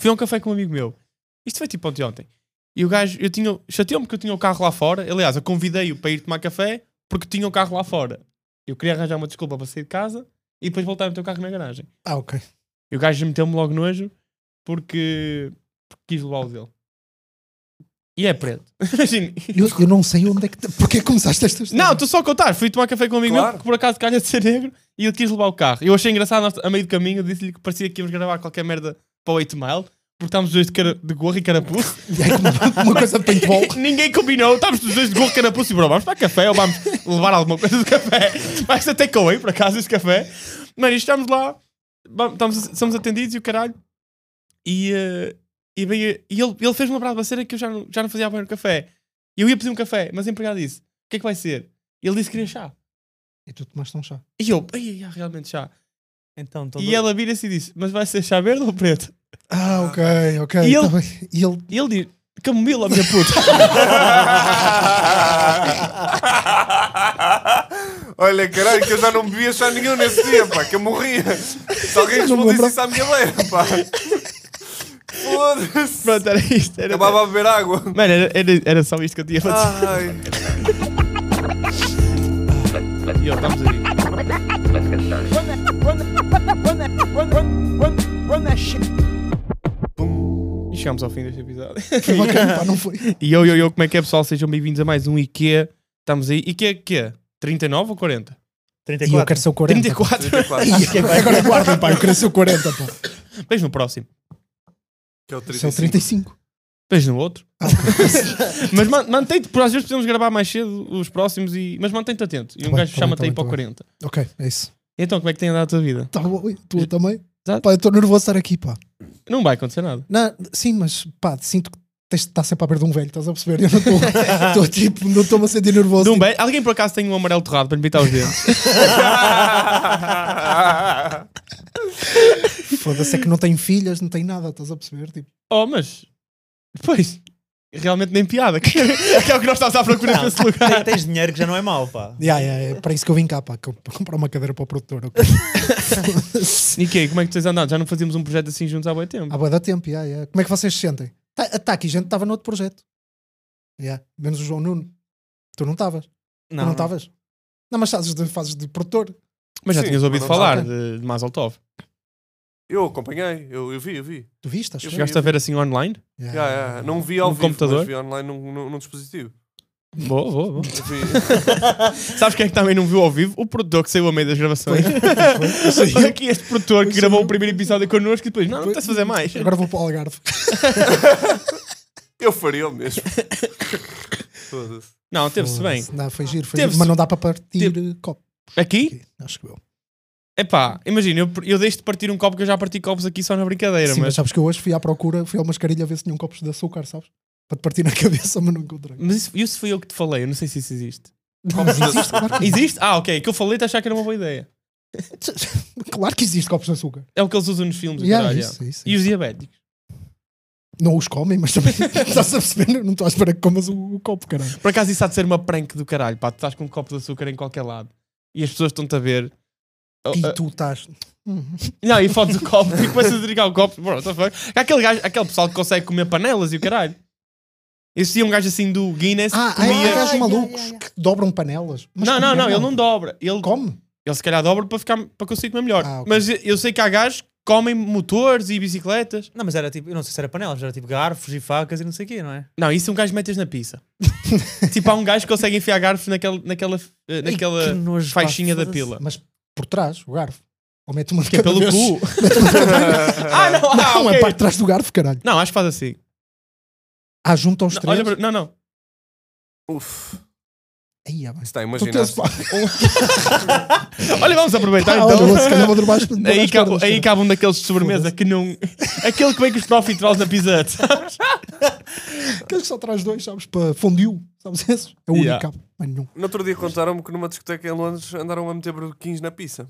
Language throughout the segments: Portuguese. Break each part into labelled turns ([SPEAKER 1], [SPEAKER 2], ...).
[SPEAKER 1] Fui a um café com um amigo meu. Isto foi tipo ontem ontem. E o gajo, eu tinha, chateou-me que eu tinha o carro lá fora. Aliás, eu convidei-o para ir tomar café porque tinha o carro lá fora. Eu queria arranjar uma desculpa para sair de casa e depois voltar a meter o carro na garagem.
[SPEAKER 2] Ah, ok.
[SPEAKER 1] E o gajo meteu-me logo nojo porque, porque quis levar o dele. E é preto. Imagina.
[SPEAKER 2] Eu, eu não sei onde é que. Porquê começaste esta história?
[SPEAKER 1] Não, estou só a contar. Fui tomar café com um amigo
[SPEAKER 3] Claro.
[SPEAKER 1] meu que por acaso calha de ser negro e ele quis levar o carro. Eu achei engraçado, nós, a meio do caminho, eu disse-lhe que parecia que íamos gravar qualquer merda para o 8 Mile, porque estávamos os dois de, cara, de gorro e carapuço.
[SPEAKER 2] E aí, uma, uma coisa de paintball.
[SPEAKER 1] Ninguém combinou, estávamos os dois de gorro e carapuço e bro, vamos para café ou vamos levar alguma coisa do café. Vai ser takeaway, por acaso, esse café. Mano, e estamos lá, vamos- estamos, somos atendidos e o caralho. E, eh, e, veio- e ele, ele fez-me lembrar de uma cena que eu já não, já não fazia bem no café. E eu ia pedir um café, mas o empregado disse: O que é que vai ser? E ele disse que queria chá.
[SPEAKER 2] E tu tomaste um chá.
[SPEAKER 1] E eu, ai, ai, ai, realmente chá.
[SPEAKER 3] Então, todo...
[SPEAKER 1] E ela vira-se e disse: Mas vai ser chá verde ou preto?
[SPEAKER 2] Ah, ok, ok.
[SPEAKER 1] E ele-
[SPEAKER 2] tá bem. E ele.
[SPEAKER 1] E ele diz: Camomila, minha puta.
[SPEAKER 3] Olha, caralho, que eu já não bebia chá nenhum nesse dia, pá, que eu morria. Se alguém
[SPEAKER 2] Eu não me
[SPEAKER 3] respondesse
[SPEAKER 2] lembro.
[SPEAKER 3] isso à minha beira, pá. Foda-se.
[SPEAKER 1] Pronto, era isto. Era,
[SPEAKER 3] Acabava a beber água.
[SPEAKER 1] Mano, era, era, era só isto que eu tinha para dizer.
[SPEAKER 3] Ai.
[SPEAKER 1] E eu, estamos aí. E chegamos ao fim deste episódio.
[SPEAKER 2] Foi bacana, pá, não foi?
[SPEAKER 1] E eu, eu, eu, como é que é, pessoal? Sejam bem-vindos a mais um IKEA. Estamos aí. é IKEA, que 39 ou 40?
[SPEAKER 2] E eu quero ser o 40. pá.
[SPEAKER 1] 34.
[SPEAKER 3] 34.
[SPEAKER 2] Ih, Agora guarda, pá, eu quero ser o 40, pá.
[SPEAKER 1] Beijo no próximo.
[SPEAKER 3] Que é o
[SPEAKER 2] Isso é o
[SPEAKER 3] 35.
[SPEAKER 2] 35.
[SPEAKER 1] Beijo no outro.
[SPEAKER 2] Ah,
[SPEAKER 1] mas man- mantém-te, por às vezes podemos gravar mais cedo os próximos, e, mas mantém-te atento. E
[SPEAKER 2] Tá
[SPEAKER 1] um
[SPEAKER 2] bem,
[SPEAKER 1] gajo
[SPEAKER 2] tá bem,
[SPEAKER 1] chama-te
[SPEAKER 2] tá
[SPEAKER 1] aí
[SPEAKER 2] bem,
[SPEAKER 1] para o
[SPEAKER 2] tá
[SPEAKER 1] 40.
[SPEAKER 2] Ok, é isso.
[SPEAKER 1] Então, como é que tem andado a tua vida?
[SPEAKER 2] Tá bom, e tu também?
[SPEAKER 1] Exato.
[SPEAKER 2] Pá, eu estou nervoso de estar aqui, pá.
[SPEAKER 1] Não vai acontecer nada.
[SPEAKER 2] Não, sim, mas pá, sinto que tens de estar sempre a perder um velho, estás a perceber? Eu não estou- estou tipo, não estou-me a sentir nervoso.
[SPEAKER 1] De um
[SPEAKER 2] tipo,
[SPEAKER 1] beijo- Alguém por acaso tem um amarelo torrado para lhe pintar os dentes?
[SPEAKER 2] Foda-se, é que não tenho filhas, não tenho nada, estás a perceber? Tipo,
[SPEAKER 1] oh, mas. Pois. Realmente nem piada. Que é o que nós estamos à procura nesse lugar.
[SPEAKER 4] Tem- Tens dinheiro que já não é mau, pá.
[SPEAKER 2] yeah, yeah, é para isso que eu vim cá, pá, que eu- para comprar uma cadeira para o produtor. ok?
[SPEAKER 1] E quê? Como é que tu tens andado? Já não fazíamos um projeto assim juntos há muito tempo.
[SPEAKER 2] Há boa da Ah, tempo, yeah, yeah. Como é que vocês se sentem? Tá, tá aqui, gente, estava noutro projeto. Yeah, Menos o João Nuno. Tu não estavas? Tu Não estavas? Não, mas fazes de, fazes de produtor.
[SPEAKER 1] Mas já
[SPEAKER 3] Sim,
[SPEAKER 1] tinhas ouvido
[SPEAKER 3] mas não
[SPEAKER 1] falar
[SPEAKER 2] sabe.
[SPEAKER 1] de, de Mazel Tov.
[SPEAKER 3] Eu acompanhei, eu, eu vi, eu vi.
[SPEAKER 2] Tu viste? acho
[SPEAKER 3] Eu
[SPEAKER 2] eu?
[SPEAKER 1] Chegaste a ver assim online?
[SPEAKER 2] Yeah,
[SPEAKER 3] Já, já. Não vi ao
[SPEAKER 1] No
[SPEAKER 3] vivo,
[SPEAKER 1] computador?
[SPEAKER 3] mas vi online num, num, num dispositivo.
[SPEAKER 1] Boa, boa, boa.
[SPEAKER 3] Eu vi.
[SPEAKER 1] Sabes quem é que também não viu ao vivo? O produtor que saiu a meio das gravações.
[SPEAKER 2] Foi, foi.
[SPEAKER 1] Olha aqui este produtor que
[SPEAKER 2] Pois
[SPEAKER 1] gravou
[SPEAKER 2] é.
[SPEAKER 1] o primeiro episódio connosco e depois, não, não tens de fazer mais.
[SPEAKER 2] Agora vou para o Algarve.
[SPEAKER 3] Eu faria o mesmo. Foda-se.
[SPEAKER 1] Não, teve-se bem.
[SPEAKER 2] Não, foi giro, foi
[SPEAKER 1] Teve-se-
[SPEAKER 2] giro. Mas não dá para partir
[SPEAKER 1] Teve-
[SPEAKER 2] copo.
[SPEAKER 1] Aqui,
[SPEAKER 2] aqui, Acho que eu.
[SPEAKER 1] epá, imagina, eu, eu deixo de partir um copo que eu já parti copos aqui só na brincadeira,
[SPEAKER 2] Sim, mas
[SPEAKER 1] mas,
[SPEAKER 2] sabes que eu hoje fui à procura, fui ao mascarilha a ver se tinham copos de açúcar, sabes? Para te partir na cabeça, mas não encontrei.
[SPEAKER 1] mas isso, isso foi eu que te falei, eu não sei se isso existe.
[SPEAKER 3] Copos de açúcar.
[SPEAKER 1] Existe? Ah, ok, que eu falei, te achar que era uma boa ideia.
[SPEAKER 2] Claro que existe copos de açúcar.
[SPEAKER 1] É o que eles usam nos filmes, o
[SPEAKER 2] Yeah,
[SPEAKER 1] caralho,
[SPEAKER 2] isso,
[SPEAKER 1] é.
[SPEAKER 2] isso,
[SPEAKER 1] E os diabéticos.
[SPEAKER 2] Não os comem, mas também estás a perceber, não estou à espera que comas o, o copo, caralho.
[SPEAKER 1] Por acaso isso há de ser uma prank do caralho, pá, tu estás com um copo de açúcar em qualquer lado e as pessoas estão-te a ver. Oh,
[SPEAKER 2] E
[SPEAKER 1] ah,
[SPEAKER 2] tu estás. Hum.
[SPEAKER 1] Não, e fodes o copo e começas a drincar o copo. Bro, what the fuck? Há aquele, gajo, aquele pessoal que consegue comer panelas e o caralho. Existia um gajo assim do Guinness
[SPEAKER 2] Ah,
[SPEAKER 1] que
[SPEAKER 2] há
[SPEAKER 1] comia.
[SPEAKER 2] gajos malucos que dobram panelas. Mas
[SPEAKER 1] não, não,
[SPEAKER 2] comem,
[SPEAKER 1] não, ele não dobra. Ele,
[SPEAKER 2] Come?
[SPEAKER 1] ele se calhar dobra para, ficar, para conseguir comer melhor.
[SPEAKER 2] Ah, ok.
[SPEAKER 1] Mas eu- eu sei que há gajos que comem motores e bicicletas.
[SPEAKER 4] Não, mas era tipo, eu não sei se era panelas, mas era tipo garfos e facas e não sei o quê, não é?
[SPEAKER 1] Não, isso é um gajo que metes na pizza. tipo, há um gajo que consegue enfiar garfos naquela, naquela, eh, naquela
[SPEAKER 4] que nojo, pá,
[SPEAKER 1] faixinha da
[SPEAKER 4] foda-se.
[SPEAKER 1] pila.
[SPEAKER 2] Mas por trás, o garfo. Ou mete uma de
[SPEAKER 1] Que é
[SPEAKER 2] cada
[SPEAKER 1] pelo
[SPEAKER 2] vez.
[SPEAKER 1] cu. ah, não, ah,
[SPEAKER 2] Não, é
[SPEAKER 1] ok.
[SPEAKER 2] para trás do garfo, caralho.
[SPEAKER 1] Não, acho que faz assim.
[SPEAKER 2] Ah, junto aos
[SPEAKER 1] Não,
[SPEAKER 2] três.
[SPEAKER 1] olha para- não, não.
[SPEAKER 3] Uf, isso
[SPEAKER 2] Aí, ah, bem.
[SPEAKER 3] está a
[SPEAKER 2] Tu
[SPEAKER 3] imaginar.
[SPEAKER 2] tens pá.
[SPEAKER 1] Olha, vamos aproveitar
[SPEAKER 2] Ah,
[SPEAKER 1] então.
[SPEAKER 2] olha, vou- se calhar vou dormir mais- mais
[SPEAKER 1] Aí, cabe,
[SPEAKER 2] cordas,
[SPEAKER 1] aí
[SPEAKER 2] cara.
[SPEAKER 1] cabe um daqueles de sobremesa
[SPEAKER 2] Foda-se.
[SPEAKER 1] que não. Aquele que vem com os profiteroles na Pizza Hut.
[SPEAKER 2] Aqueles que só traz dois, sabes? Para fundiu, sabes? Esse é o único
[SPEAKER 1] Yeah.
[SPEAKER 2] cabo. Mais nenhum.
[SPEAKER 3] No outro dia contaram-me que numa discoteca em Londres andaram a meter brequins na pizza.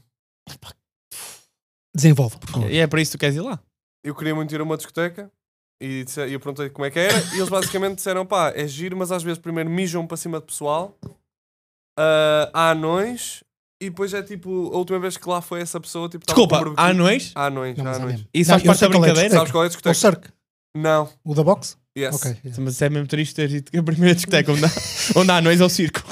[SPEAKER 2] Desenvolve, por favor.
[SPEAKER 1] E é para isso que tu queres ir lá.
[SPEAKER 3] Eu queria muito ir a uma discoteca e disse- e eu perguntei como é que era. E eles basicamente disseram: pá, é giro, mas às vezes primeiro mijam para cima de pessoal. ah, há anões E depois é tipo, a última vez que lá foi essa pessoa, tipo, tava
[SPEAKER 1] Desculpa,
[SPEAKER 3] com um barbecue.
[SPEAKER 1] anões?
[SPEAKER 3] Anões,
[SPEAKER 2] Não, mas é
[SPEAKER 3] anões.
[SPEAKER 2] mesmo.
[SPEAKER 1] Isso
[SPEAKER 2] Não,
[SPEAKER 1] faz
[SPEAKER 2] eu
[SPEAKER 1] parte
[SPEAKER 2] sei
[SPEAKER 1] da
[SPEAKER 2] qual é a
[SPEAKER 1] brincadeira?
[SPEAKER 3] Sabes qual é a
[SPEAKER 2] O
[SPEAKER 3] discoteca?
[SPEAKER 2] Cirque,
[SPEAKER 3] Não.
[SPEAKER 2] o da box?
[SPEAKER 3] Yes.
[SPEAKER 2] Ok. yeah.
[SPEAKER 1] Mas isso é mesmo triste ter dito que a primeira discoteca onde há, onde há anões é o circo.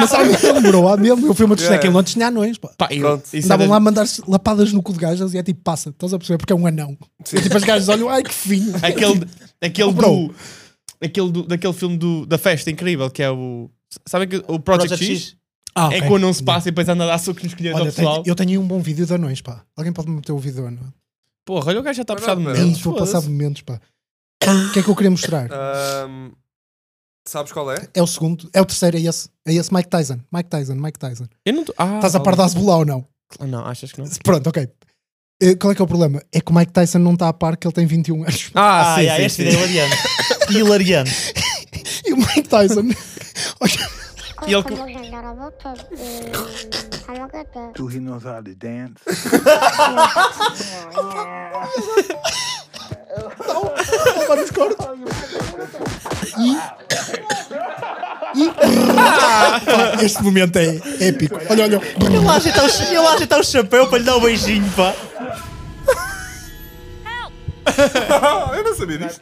[SPEAKER 2] Mas há mesmo, bro, há mesmo. Eu fui a uma discoteca
[SPEAKER 3] Yeah.
[SPEAKER 2] em Londres, tinha anões, pá.
[SPEAKER 1] Pá, eu-
[SPEAKER 3] Pronto.
[SPEAKER 1] isso é
[SPEAKER 2] Andavam
[SPEAKER 1] das-
[SPEAKER 2] lá a mandar lapadas no cu de gajas e é tipo, passa, estás a perceber? Porque é um anão.
[SPEAKER 3] Sim.
[SPEAKER 2] E tipo, as gajas olham, ai que fino.
[SPEAKER 1] Aquele, aquele,
[SPEAKER 2] Oh, bro.
[SPEAKER 1] do, aquele do- Daquele filme do, da festa incrível que é o. Sabem que o Project, X?
[SPEAKER 2] Ah,
[SPEAKER 1] É
[SPEAKER 2] ok.
[SPEAKER 1] quando não se passa e depois anda a dar suco nos colheres ao
[SPEAKER 2] Olha, tenho-
[SPEAKER 1] pessoal.
[SPEAKER 2] eu tenho aí um bom vídeo de anões, pá. Alguém pode me meter o vídeo de anões?
[SPEAKER 1] Porra, olha o gajo já está
[SPEAKER 3] Mas
[SPEAKER 1] puxado de
[SPEAKER 3] não,
[SPEAKER 2] Ei,
[SPEAKER 1] momentos.
[SPEAKER 2] Estou a passar
[SPEAKER 1] É foda-se. Ah.
[SPEAKER 2] momentos, pá. O que é que eu queria mostrar?
[SPEAKER 3] Ahm, sabes qual é?
[SPEAKER 2] É o segundo, é o terceiro, é esse. É esse Mike Tyson. Mike Tyson, Mike Tyson.
[SPEAKER 1] Eu não tô- ah,
[SPEAKER 2] Estás a par da Azbulá ou não?
[SPEAKER 1] Ah, Não, achas que não?
[SPEAKER 2] Pronto, ok. Eh, Qual é que é o problema? É que o Mike Tyson não está a par que ele tem 21 anos.
[SPEAKER 4] Ah,
[SPEAKER 1] Ah,
[SPEAKER 4] yeah, este é hilariante. hilariante.
[SPEAKER 2] E o Mike Tyson. Olha,
[SPEAKER 1] E ele-
[SPEAKER 5] Ele...
[SPEAKER 6] Do he knows how to dance?
[SPEAKER 2] vai nos cortes. E. e- Pá, este momento é épico. Olha, olha.
[SPEAKER 4] Ele lá ajeita o cha- ele lá ajeita o chapéu para lhe dar um beijinho, pá.
[SPEAKER 3] Ah, eu não sabia disto.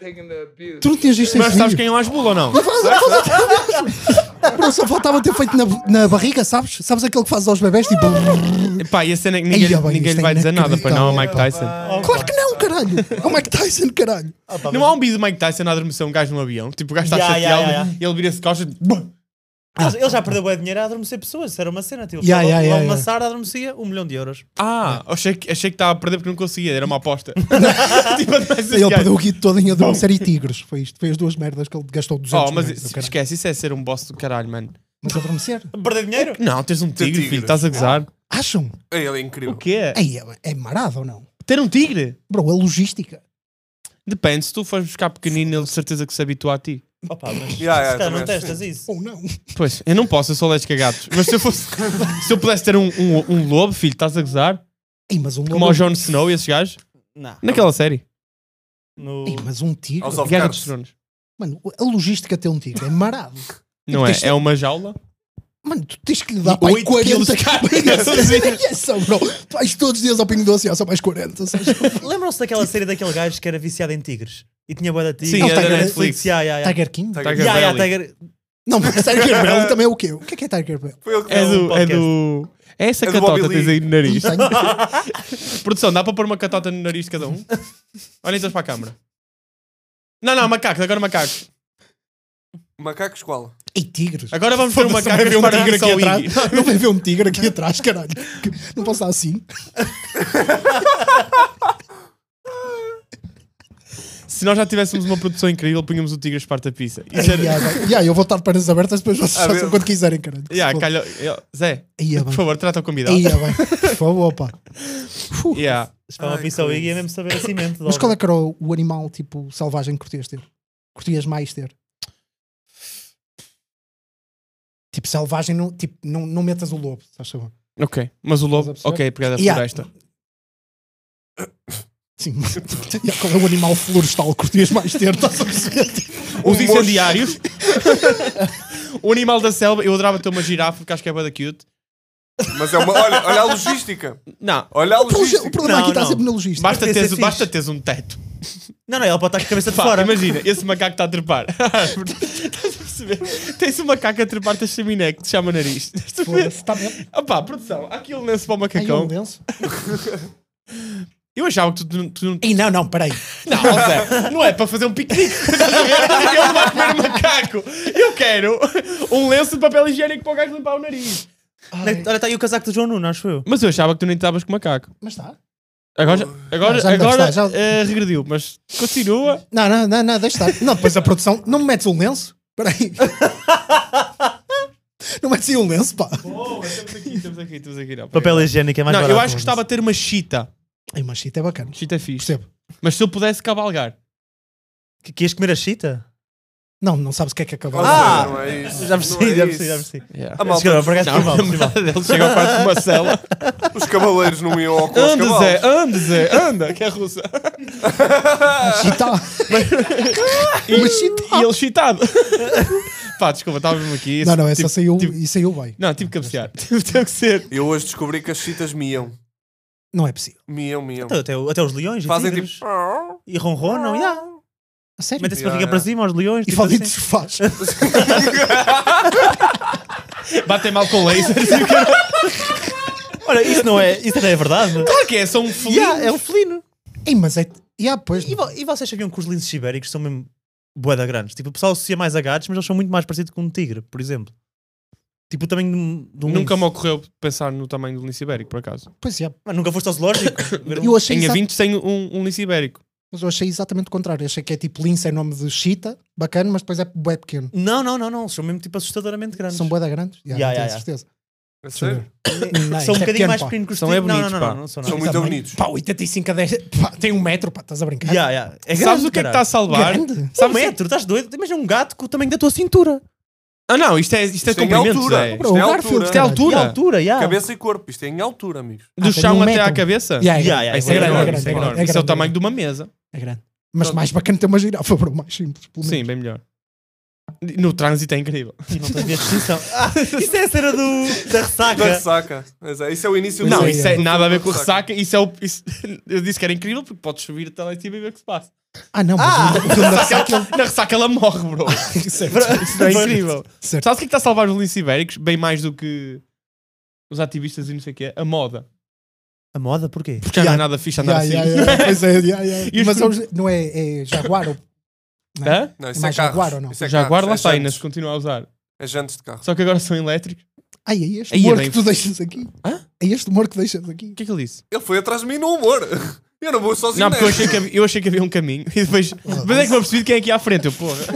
[SPEAKER 2] Tu não tinhas visto
[SPEAKER 1] Mas
[SPEAKER 2] este
[SPEAKER 1] sabes
[SPEAKER 2] vídeo?
[SPEAKER 1] quem é o Asbula ou não?
[SPEAKER 2] Bro, só faltava ter feito na, na barriga, sabes? Sabes aquele que fazes aos bebés? Tipo.
[SPEAKER 1] Pá, e a cena é que ninguém,
[SPEAKER 2] Ei, ó, bem,
[SPEAKER 1] ninguém
[SPEAKER 2] isto
[SPEAKER 1] lhe
[SPEAKER 2] é
[SPEAKER 1] vai dizer nada, pois não, ao Mike
[SPEAKER 2] inacreditável.
[SPEAKER 1] Tyson.
[SPEAKER 4] Ah,
[SPEAKER 2] Claro que não, caralho. É o Mike Tyson, caralho.
[SPEAKER 1] Não há um vídeo do Mike Tyson a adormecer um gajo num avião? Tipo, o gajo está
[SPEAKER 4] Yeah,
[SPEAKER 1] chateado
[SPEAKER 4] yeah, yeah,
[SPEAKER 1] e ele vira-se de costas.
[SPEAKER 4] Mas Ele já perdeu bem dinheiro a adormecer pessoas, isso era uma cena. Tipo,
[SPEAKER 2] Yeah, yeah,
[SPEAKER 4] yeah, yeah,
[SPEAKER 2] yeah,
[SPEAKER 4] uma
[SPEAKER 2] yeah.
[SPEAKER 4] Sara adormecia um milhão de euros.
[SPEAKER 1] Ah, achei que, achei que estava a perder porque não conseguia, era uma aposta. tipo, adormece
[SPEAKER 2] Ele
[SPEAKER 1] este gajo.
[SPEAKER 2] perdeu o guito todo em adormecer e tigres. Foi isto. Foi as duas merdas que ele gastou 200
[SPEAKER 1] Oh, mas
[SPEAKER 2] milhões, do
[SPEAKER 1] isso-
[SPEAKER 2] caralho.
[SPEAKER 1] esquece, isso é ser um boss do caralho, mano.
[SPEAKER 2] Mas adormecer?
[SPEAKER 4] Perder dinheiro?
[SPEAKER 1] Não, tens um tigre,
[SPEAKER 3] tigre.
[SPEAKER 1] filho, estás a gozar.
[SPEAKER 2] Acham?
[SPEAKER 3] Ei, Ele é
[SPEAKER 1] O
[SPEAKER 3] incrível.
[SPEAKER 1] quê?
[SPEAKER 2] Aí é, é marado ou não?
[SPEAKER 1] Ter um tigre?
[SPEAKER 2] Bro, a logística.
[SPEAKER 1] Depende, se tu fores buscar pequenino, ele de certeza que se habitua a ti.
[SPEAKER 4] Opa, Oh,
[SPEAKER 1] Ah,
[SPEAKER 4] mas
[SPEAKER 3] Yeah, yeah,
[SPEAKER 4] se calhar não
[SPEAKER 3] também é. acho.
[SPEAKER 4] testas isso.
[SPEAKER 2] Ou não?
[SPEAKER 1] Pois, eu não posso, eu sou alérgico a gatos. Mas se eu fosse. se eu pudesse ter um, um, um lobo, filho, estás a gozar?
[SPEAKER 2] Ei, mas um
[SPEAKER 1] Como
[SPEAKER 2] lobo-
[SPEAKER 1] o Jon Snow e esses gajos?
[SPEAKER 4] Não.
[SPEAKER 1] Naquela série.
[SPEAKER 4] No...
[SPEAKER 2] Ei, mas um tigre.
[SPEAKER 3] Aos alf-
[SPEAKER 1] Guerra
[SPEAKER 3] Cards.
[SPEAKER 1] dos Tronos.
[SPEAKER 2] Mano, a logística de ter um tigre é marado.
[SPEAKER 1] Não é? É uma jaula?
[SPEAKER 2] Mano, tu tens que lhe dar para aí
[SPEAKER 1] Oito quilos
[SPEAKER 2] 40
[SPEAKER 1] de carne.
[SPEAKER 2] É só, bro. Tu vais todos os dias ao Pingo Doce, ó, só mais 40. sabes?
[SPEAKER 4] Lembram-se daquela série daquele gajo que era viciado em tigres? E tinha boa de tigres?
[SPEAKER 1] Sim,
[SPEAKER 2] Não,
[SPEAKER 1] é da
[SPEAKER 2] Tiger-
[SPEAKER 1] Netflix.
[SPEAKER 4] Yeah, yeah, yeah.
[SPEAKER 2] É Tiger King?
[SPEAKER 3] Tiger-
[SPEAKER 4] Yeah, yeah,
[SPEAKER 1] Belly.
[SPEAKER 4] Tiger-
[SPEAKER 2] Não, mas Tiger Bell também é o quê? O que é que é Tiger Bell?
[SPEAKER 3] Foi ele que
[SPEAKER 1] É
[SPEAKER 3] fez.
[SPEAKER 1] do. É
[SPEAKER 4] podcast.
[SPEAKER 1] do. É essa
[SPEAKER 3] É do
[SPEAKER 1] catota
[SPEAKER 3] Bobby
[SPEAKER 1] tens aí no nariz.
[SPEAKER 2] Não tenho.
[SPEAKER 1] Produção, dá para pôr uma catota no nariz de cada um? Olhem todos para a câmara. Não, não, macacos, agora macacos.
[SPEAKER 3] Macacos qual?
[SPEAKER 2] Ei, tigres.
[SPEAKER 1] Agora vamos ter um
[SPEAKER 2] Foda-se, não
[SPEAKER 1] macaco
[SPEAKER 2] vai ver um
[SPEAKER 1] para
[SPEAKER 2] tigre
[SPEAKER 1] só
[SPEAKER 2] aqui
[SPEAKER 1] o Iggy.
[SPEAKER 2] atrás. Não vai ver um tigre aqui atrás, caralho. Não posso estar assim.
[SPEAKER 1] Se nós já tivéssemos uma produção incrível, punhamos o tigre a esparta pizza.
[SPEAKER 2] E
[SPEAKER 1] Isso era-
[SPEAKER 2] aí, eu vou estar de pernas abertas, depois vocês
[SPEAKER 3] Ah,
[SPEAKER 2] façam
[SPEAKER 3] bem.
[SPEAKER 2] quando quiserem, caralho.
[SPEAKER 1] Yeah, calha- eu- Zé,
[SPEAKER 2] Aí, é
[SPEAKER 1] por
[SPEAKER 2] bem.
[SPEAKER 1] favor, trata o convidado.
[SPEAKER 2] Aí, é bem. Por favor, pá. Fuh.
[SPEAKER 1] Yeah.
[SPEAKER 4] Isto é uma
[SPEAKER 3] Ai,
[SPEAKER 4] pizza ao
[SPEAKER 3] coisa.
[SPEAKER 4] Iggy é mesmo saber assim mente.
[SPEAKER 2] Mas qual é que era o o animal, tipo, selvagem que curtias ter? Curtias mais ter? Tipo, selvagem, não, tipo, não, não metas o lobo, estás a ver?
[SPEAKER 1] Ok, mas o lobo.
[SPEAKER 2] Estás a perceber?
[SPEAKER 1] Ok, pegada
[SPEAKER 2] Yeah.
[SPEAKER 1] floresta.
[SPEAKER 2] Sim, mas- E qual é o animal florestal que curtias mais ter? Estás a perceber? Tipo,
[SPEAKER 1] Os
[SPEAKER 3] Um
[SPEAKER 1] incendiários. o animal da selva. Eu adorava ter uma girafa porque acho que é bada cute.
[SPEAKER 3] Mas é uma. Olha, olha a logística.
[SPEAKER 1] Não,
[SPEAKER 3] Olha a
[SPEAKER 2] O problema- O
[SPEAKER 3] logística.
[SPEAKER 2] problema
[SPEAKER 4] Não,
[SPEAKER 2] aqui está
[SPEAKER 4] não.
[SPEAKER 2] sempre na logística.
[SPEAKER 1] basta
[SPEAKER 4] Devia ser
[SPEAKER 1] teres,
[SPEAKER 4] fixe.
[SPEAKER 1] basta teres um teto.
[SPEAKER 4] Não, não, ele pode estar com a cabeça de
[SPEAKER 1] Pá,
[SPEAKER 4] fora.
[SPEAKER 1] imagina, esse macaco está a trepar. Estás a perceber? Tens um macaco a trepar-te a chaminé que te chama nariz.
[SPEAKER 2] Foda-se, está mesmo.
[SPEAKER 1] Opá, Ah, produção, há aqui um lenço para o
[SPEAKER 2] Aí é um
[SPEAKER 1] macacão.
[SPEAKER 2] lenço.
[SPEAKER 1] Eu achava que tu, tu, tu não.
[SPEAKER 2] Ei, não, não, peraí.
[SPEAKER 1] Não, Zé, não é para fazer um piquenique. Estás a ver? Eu não vou comer um macaco. Eu quero um lenço de papel higiênico para o gajo limpar o nariz.
[SPEAKER 4] Olha,
[SPEAKER 2] Ai,
[SPEAKER 4] olha, está aí o casaco do João Nuno, acho eu.
[SPEAKER 1] Mas eu achava que tu nem estavas com macaco.
[SPEAKER 2] Mas está.
[SPEAKER 1] Agora, agora,
[SPEAKER 2] já ainda
[SPEAKER 1] agora
[SPEAKER 2] está, já-
[SPEAKER 1] eh, regrediu, mas continua.
[SPEAKER 2] Não, não, não, não, deixa estar. Não, depois a produção. Não me metes um lenço? Peraí. Não metes aí um lenço, pá.
[SPEAKER 1] Boa, Oh, estamos aqui, estamos aqui, estamos aqui. Não,
[SPEAKER 4] Papel higiênico é mais
[SPEAKER 1] não
[SPEAKER 4] barato.
[SPEAKER 1] eu acho que gostava de ter uma chita.
[SPEAKER 2] Ei, mas chita é bacana.
[SPEAKER 1] Chita é fixe.
[SPEAKER 2] Percebo.
[SPEAKER 1] Mas se eu pudesse cavalgar.
[SPEAKER 4] Que, que ias comer a chita?
[SPEAKER 2] Não, não sabes o que é que acabou.
[SPEAKER 3] Ah, não é isso. Não
[SPEAKER 4] Já
[SPEAKER 3] é
[SPEAKER 4] percebi, já percebi,
[SPEAKER 3] isso.
[SPEAKER 4] já percebi.
[SPEAKER 3] A malta-
[SPEAKER 4] Desculpa, por acaso
[SPEAKER 1] Não,
[SPEAKER 4] foi mal,
[SPEAKER 1] não,
[SPEAKER 4] foi mal.
[SPEAKER 1] ele chega ao quarto de uma cela.
[SPEAKER 3] Os cavaleiros não iam ao com os
[SPEAKER 1] Anda, Zé,
[SPEAKER 3] cavalos.
[SPEAKER 1] anda, Zé, anda, que é russa.
[SPEAKER 2] Chita.
[SPEAKER 1] E,
[SPEAKER 2] tá. Mas chita.
[SPEAKER 1] e ele chitado. Pá, desculpa, estávamos aqui.
[SPEAKER 2] Não, é não, essa
[SPEAKER 1] tipo,
[SPEAKER 2] saiu
[SPEAKER 1] tipo-
[SPEAKER 2] e saiu bem.
[SPEAKER 1] Não, tive que cabecear. Tive teve que ser.
[SPEAKER 3] Eu hoje descobri que as chitas miam.
[SPEAKER 2] Não é possível.
[SPEAKER 3] Miam, miam.
[SPEAKER 4] Até, até- até Então, os leões e
[SPEAKER 3] Fazem
[SPEAKER 4] tigres.
[SPEAKER 3] tipo. "Au".
[SPEAKER 4] E ronronam, yeah.
[SPEAKER 2] A sério.
[SPEAKER 4] Metem-se
[SPEAKER 3] Yeah, yeah.
[SPEAKER 4] barriga para cima aos
[SPEAKER 2] E
[SPEAKER 4] leões. tipo
[SPEAKER 2] falei
[SPEAKER 4] assim.
[SPEAKER 2] de faz.
[SPEAKER 1] Batem mal com lasers.
[SPEAKER 4] Olha, isso não é, isso não é verdade.
[SPEAKER 1] Claro que é, são um felino.
[SPEAKER 4] Yeah, é um felino.
[SPEAKER 2] Ei, mas é. Yeah, pois.
[SPEAKER 4] E, vo- e vocês sabiam que os linces ibéricos são mesmo boeda grandes? Tipo, o pessoal associa mais a gatos, mas eles são muito mais parecidos com um tigre, por exemplo. Tipo, também de um de um
[SPEAKER 1] Nunca me
[SPEAKER 4] lince.
[SPEAKER 1] ocorreu pensar no tamanho do lince ibérico, por acaso.
[SPEAKER 2] Pois é.
[SPEAKER 4] Mas nunca foste ao zoológico? ver um-
[SPEAKER 2] Eu achei,
[SPEAKER 1] Em
[SPEAKER 2] exa-
[SPEAKER 1] Avintes tem um, um lince ibérico.
[SPEAKER 2] mas eu achei exatamente o contrário. Eu achei que é tipo lince, é nome de chita, bacana, mas depois é bué pequeno.
[SPEAKER 4] Não, não, não, não. São mesmo tipo assustadoramente grandes.
[SPEAKER 2] São bué da grandes? Yeah,
[SPEAKER 4] Yeah,
[SPEAKER 2] não tenho
[SPEAKER 4] yeah,
[SPEAKER 3] A sério?
[SPEAKER 2] certeza. Não, isto
[SPEAKER 4] São um
[SPEAKER 2] é
[SPEAKER 4] bocadinho
[SPEAKER 2] pequeno,
[SPEAKER 4] mais
[SPEAKER 2] pá.
[SPEAKER 4] pequeno que os
[SPEAKER 1] São
[SPEAKER 4] tigres.
[SPEAKER 1] é
[SPEAKER 4] Não,
[SPEAKER 1] bonitos,
[SPEAKER 4] não, não,
[SPEAKER 1] pá.
[SPEAKER 4] não, não. São,
[SPEAKER 3] São
[SPEAKER 4] não.
[SPEAKER 3] muito
[SPEAKER 2] Tamanho-
[SPEAKER 3] bonitos.
[SPEAKER 2] Pá, 85 a 10. Pá, tem um metro, pá, estás a brincar?
[SPEAKER 4] Yeah, yeah. É grande,
[SPEAKER 1] Sabes o que é que está a
[SPEAKER 4] caralho.
[SPEAKER 1] salvar?
[SPEAKER 2] Grande.
[SPEAKER 4] Sabes
[SPEAKER 1] Sabes
[SPEAKER 4] um metro, estás doido? Imagina um gato com o tamanho da tua cintura.
[SPEAKER 1] Ah não, isto é, isto é
[SPEAKER 3] Isto é em
[SPEAKER 1] comprimento,
[SPEAKER 3] altura.
[SPEAKER 1] Zé.
[SPEAKER 2] Bro,
[SPEAKER 3] é
[SPEAKER 2] o
[SPEAKER 3] altura.
[SPEAKER 2] Garfield,
[SPEAKER 1] Isto é
[SPEAKER 2] caralho.
[SPEAKER 4] Tá, E a
[SPEAKER 1] altura.
[SPEAKER 4] altura, yeah.
[SPEAKER 3] Cabeça e corpo. Isto é em altura, amigos.
[SPEAKER 1] Do
[SPEAKER 2] Ah, tem
[SPEAKER 1] chão
[SPEAKER 2] um
[SPEAKER 1] até à
[SPEAKER 2] metro.
[SPEAKER 1] cabeça.
[SPEAKER 2] Yeah, yeah,
[SPEAKER 4] Yeah, yeah,
[SPEAKER 1] Isso é
[SPEAKER 4] é
[SPEAKER 1] grande,
[SPEAKER 4] grande,
[SPEAKER 1] isso é
[SPEAKER 2] é
[SPEAKER 1] enorme.
[SPEAKER 2] grande, é
[SPEAKER 1] Isso é o
[SPEAKER 2] grande.
[SPEAKER 1] tamanho de uma mesa.
[SPEAKER 2] É grande. Mas mais bacana ter uma girafa, bro, mais simples. Pelo menos.
[SPEAKER 1] Sim, bem melhor. No trânsito é incrível.
[SPEAKER 4] Não fazia distinção. Ah, isso é a cena do, da
[SPEAKER 3] Da
[SPEAKER 4] ressaca.
[SPEAKER 3] ressaca. Mas é- Isso é o início
[SPEAKER 2] Pois
[SPEAKER 1] não,
[SPEAKER 2] é,
[SPEAKER 1] isso
[SPEAKER 2] é.
[SPEAKER 1] é nada a ver com ressaca. Isso é o. isso- eu disse que era incrível porque podes subir até lá em cima e ver o que se passa.
[SPEAKER 2] Ah, não, mas o filme da ressaca, ele-
[SPEAKER 1] Na ressaca ela morre, bro.
[SPEAKER 2] Certo,
[SPEAKER 1] Isso é incrível.
[SPEAKER 2] certo.
[SPEAKER 1] Sabes o que é que está a salvar os linces ibéricos? Bem mais do que os ativistas e não sei o quê. A moda.
[SPEAKER 4] A moda, porquê?
[SPEAKER 1] Porque já não é
[SPEAKER 2] Yeah.
[SPEAKER 1] nada fixe andar
[SPEAKER 2] Yeah,
[SPEAKER 1] assim.
[SPEAKER 2] yeah, yeah. Pois é, yeah, yeah.
[SPEAKER 1] E os
[SPEAKER 2] Mas
[SPEAKER 1] filmes-
[SPEAKER 2] eles- não é, é Jaguar ou
[SPEAKER 1] Hã?
[SPEAKER 3] Não, isso é
[SPEAKER 2] Mais Jaguar ou
[SPEAKER 3] carros.
[SPEAKER 2] não?
[SPEAKER 3] Isso é
[SPEAKER 1] Jaguar
[SPEAKER 3] carros,
[SPEAKER 1] lá
[SPEAKER 3] é
[SPEAKER 1] está, ainda
[SPEAKER 3] jantes.
[SPEAKER 1] se continua a usar.
[SPEAKER 3] É jantes de carro.
[SPEAKER 1] Só que agora são elétricos.
[SPEAKER 2] Ai, é este
[SPEAKER 1] Aí é
[SPEAKER 2] humor
[SPEAKER 1] bem-
[SPEAKER 2] que tu deixas aqui.
[SPEAKER 1] Hã?
[SPEAKER 2] É este humor que deixas aqui.
[SPEAKER 1] O que é que ele disse?
[SPEAKER 3] Ele foi atrás de mim no humor. Eu não vou sozinho.
[SPEAKER 1] Não, porque eu
[SPEAKER 3] nesta.
[SPEAKER 1] achei, que havia, eu achei que havia um caminho e depois. Mas é que me apercebi de quem é aqui à frente. Eu, porra.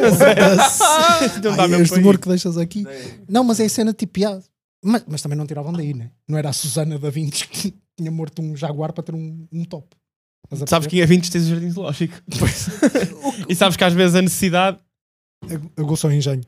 [SPEAKER 1] Não dá
[SPEAKER 2] Ai, é
[SPEAKER 1] mesmo
[SPEAKER 2] este
[SPEAKER 1] para
[SPEAKER 2] humor
[SPEAKER 1] ir.
[SPEAKER 2] que deixas aqui. Não, mas é a cena tipo, yeah. mas, mas também não tiravam daí, né? Não era a Susana da Vintes que tinha morto um Jaguar para ter um, um top. Estás a
[SPEAKER 1] Sabes que em Avintes tens o jardim zoológico. e sabes que às vezes a necessidade.
[SPEAKER 2] perceber? Eu, eu gosto ao engenho.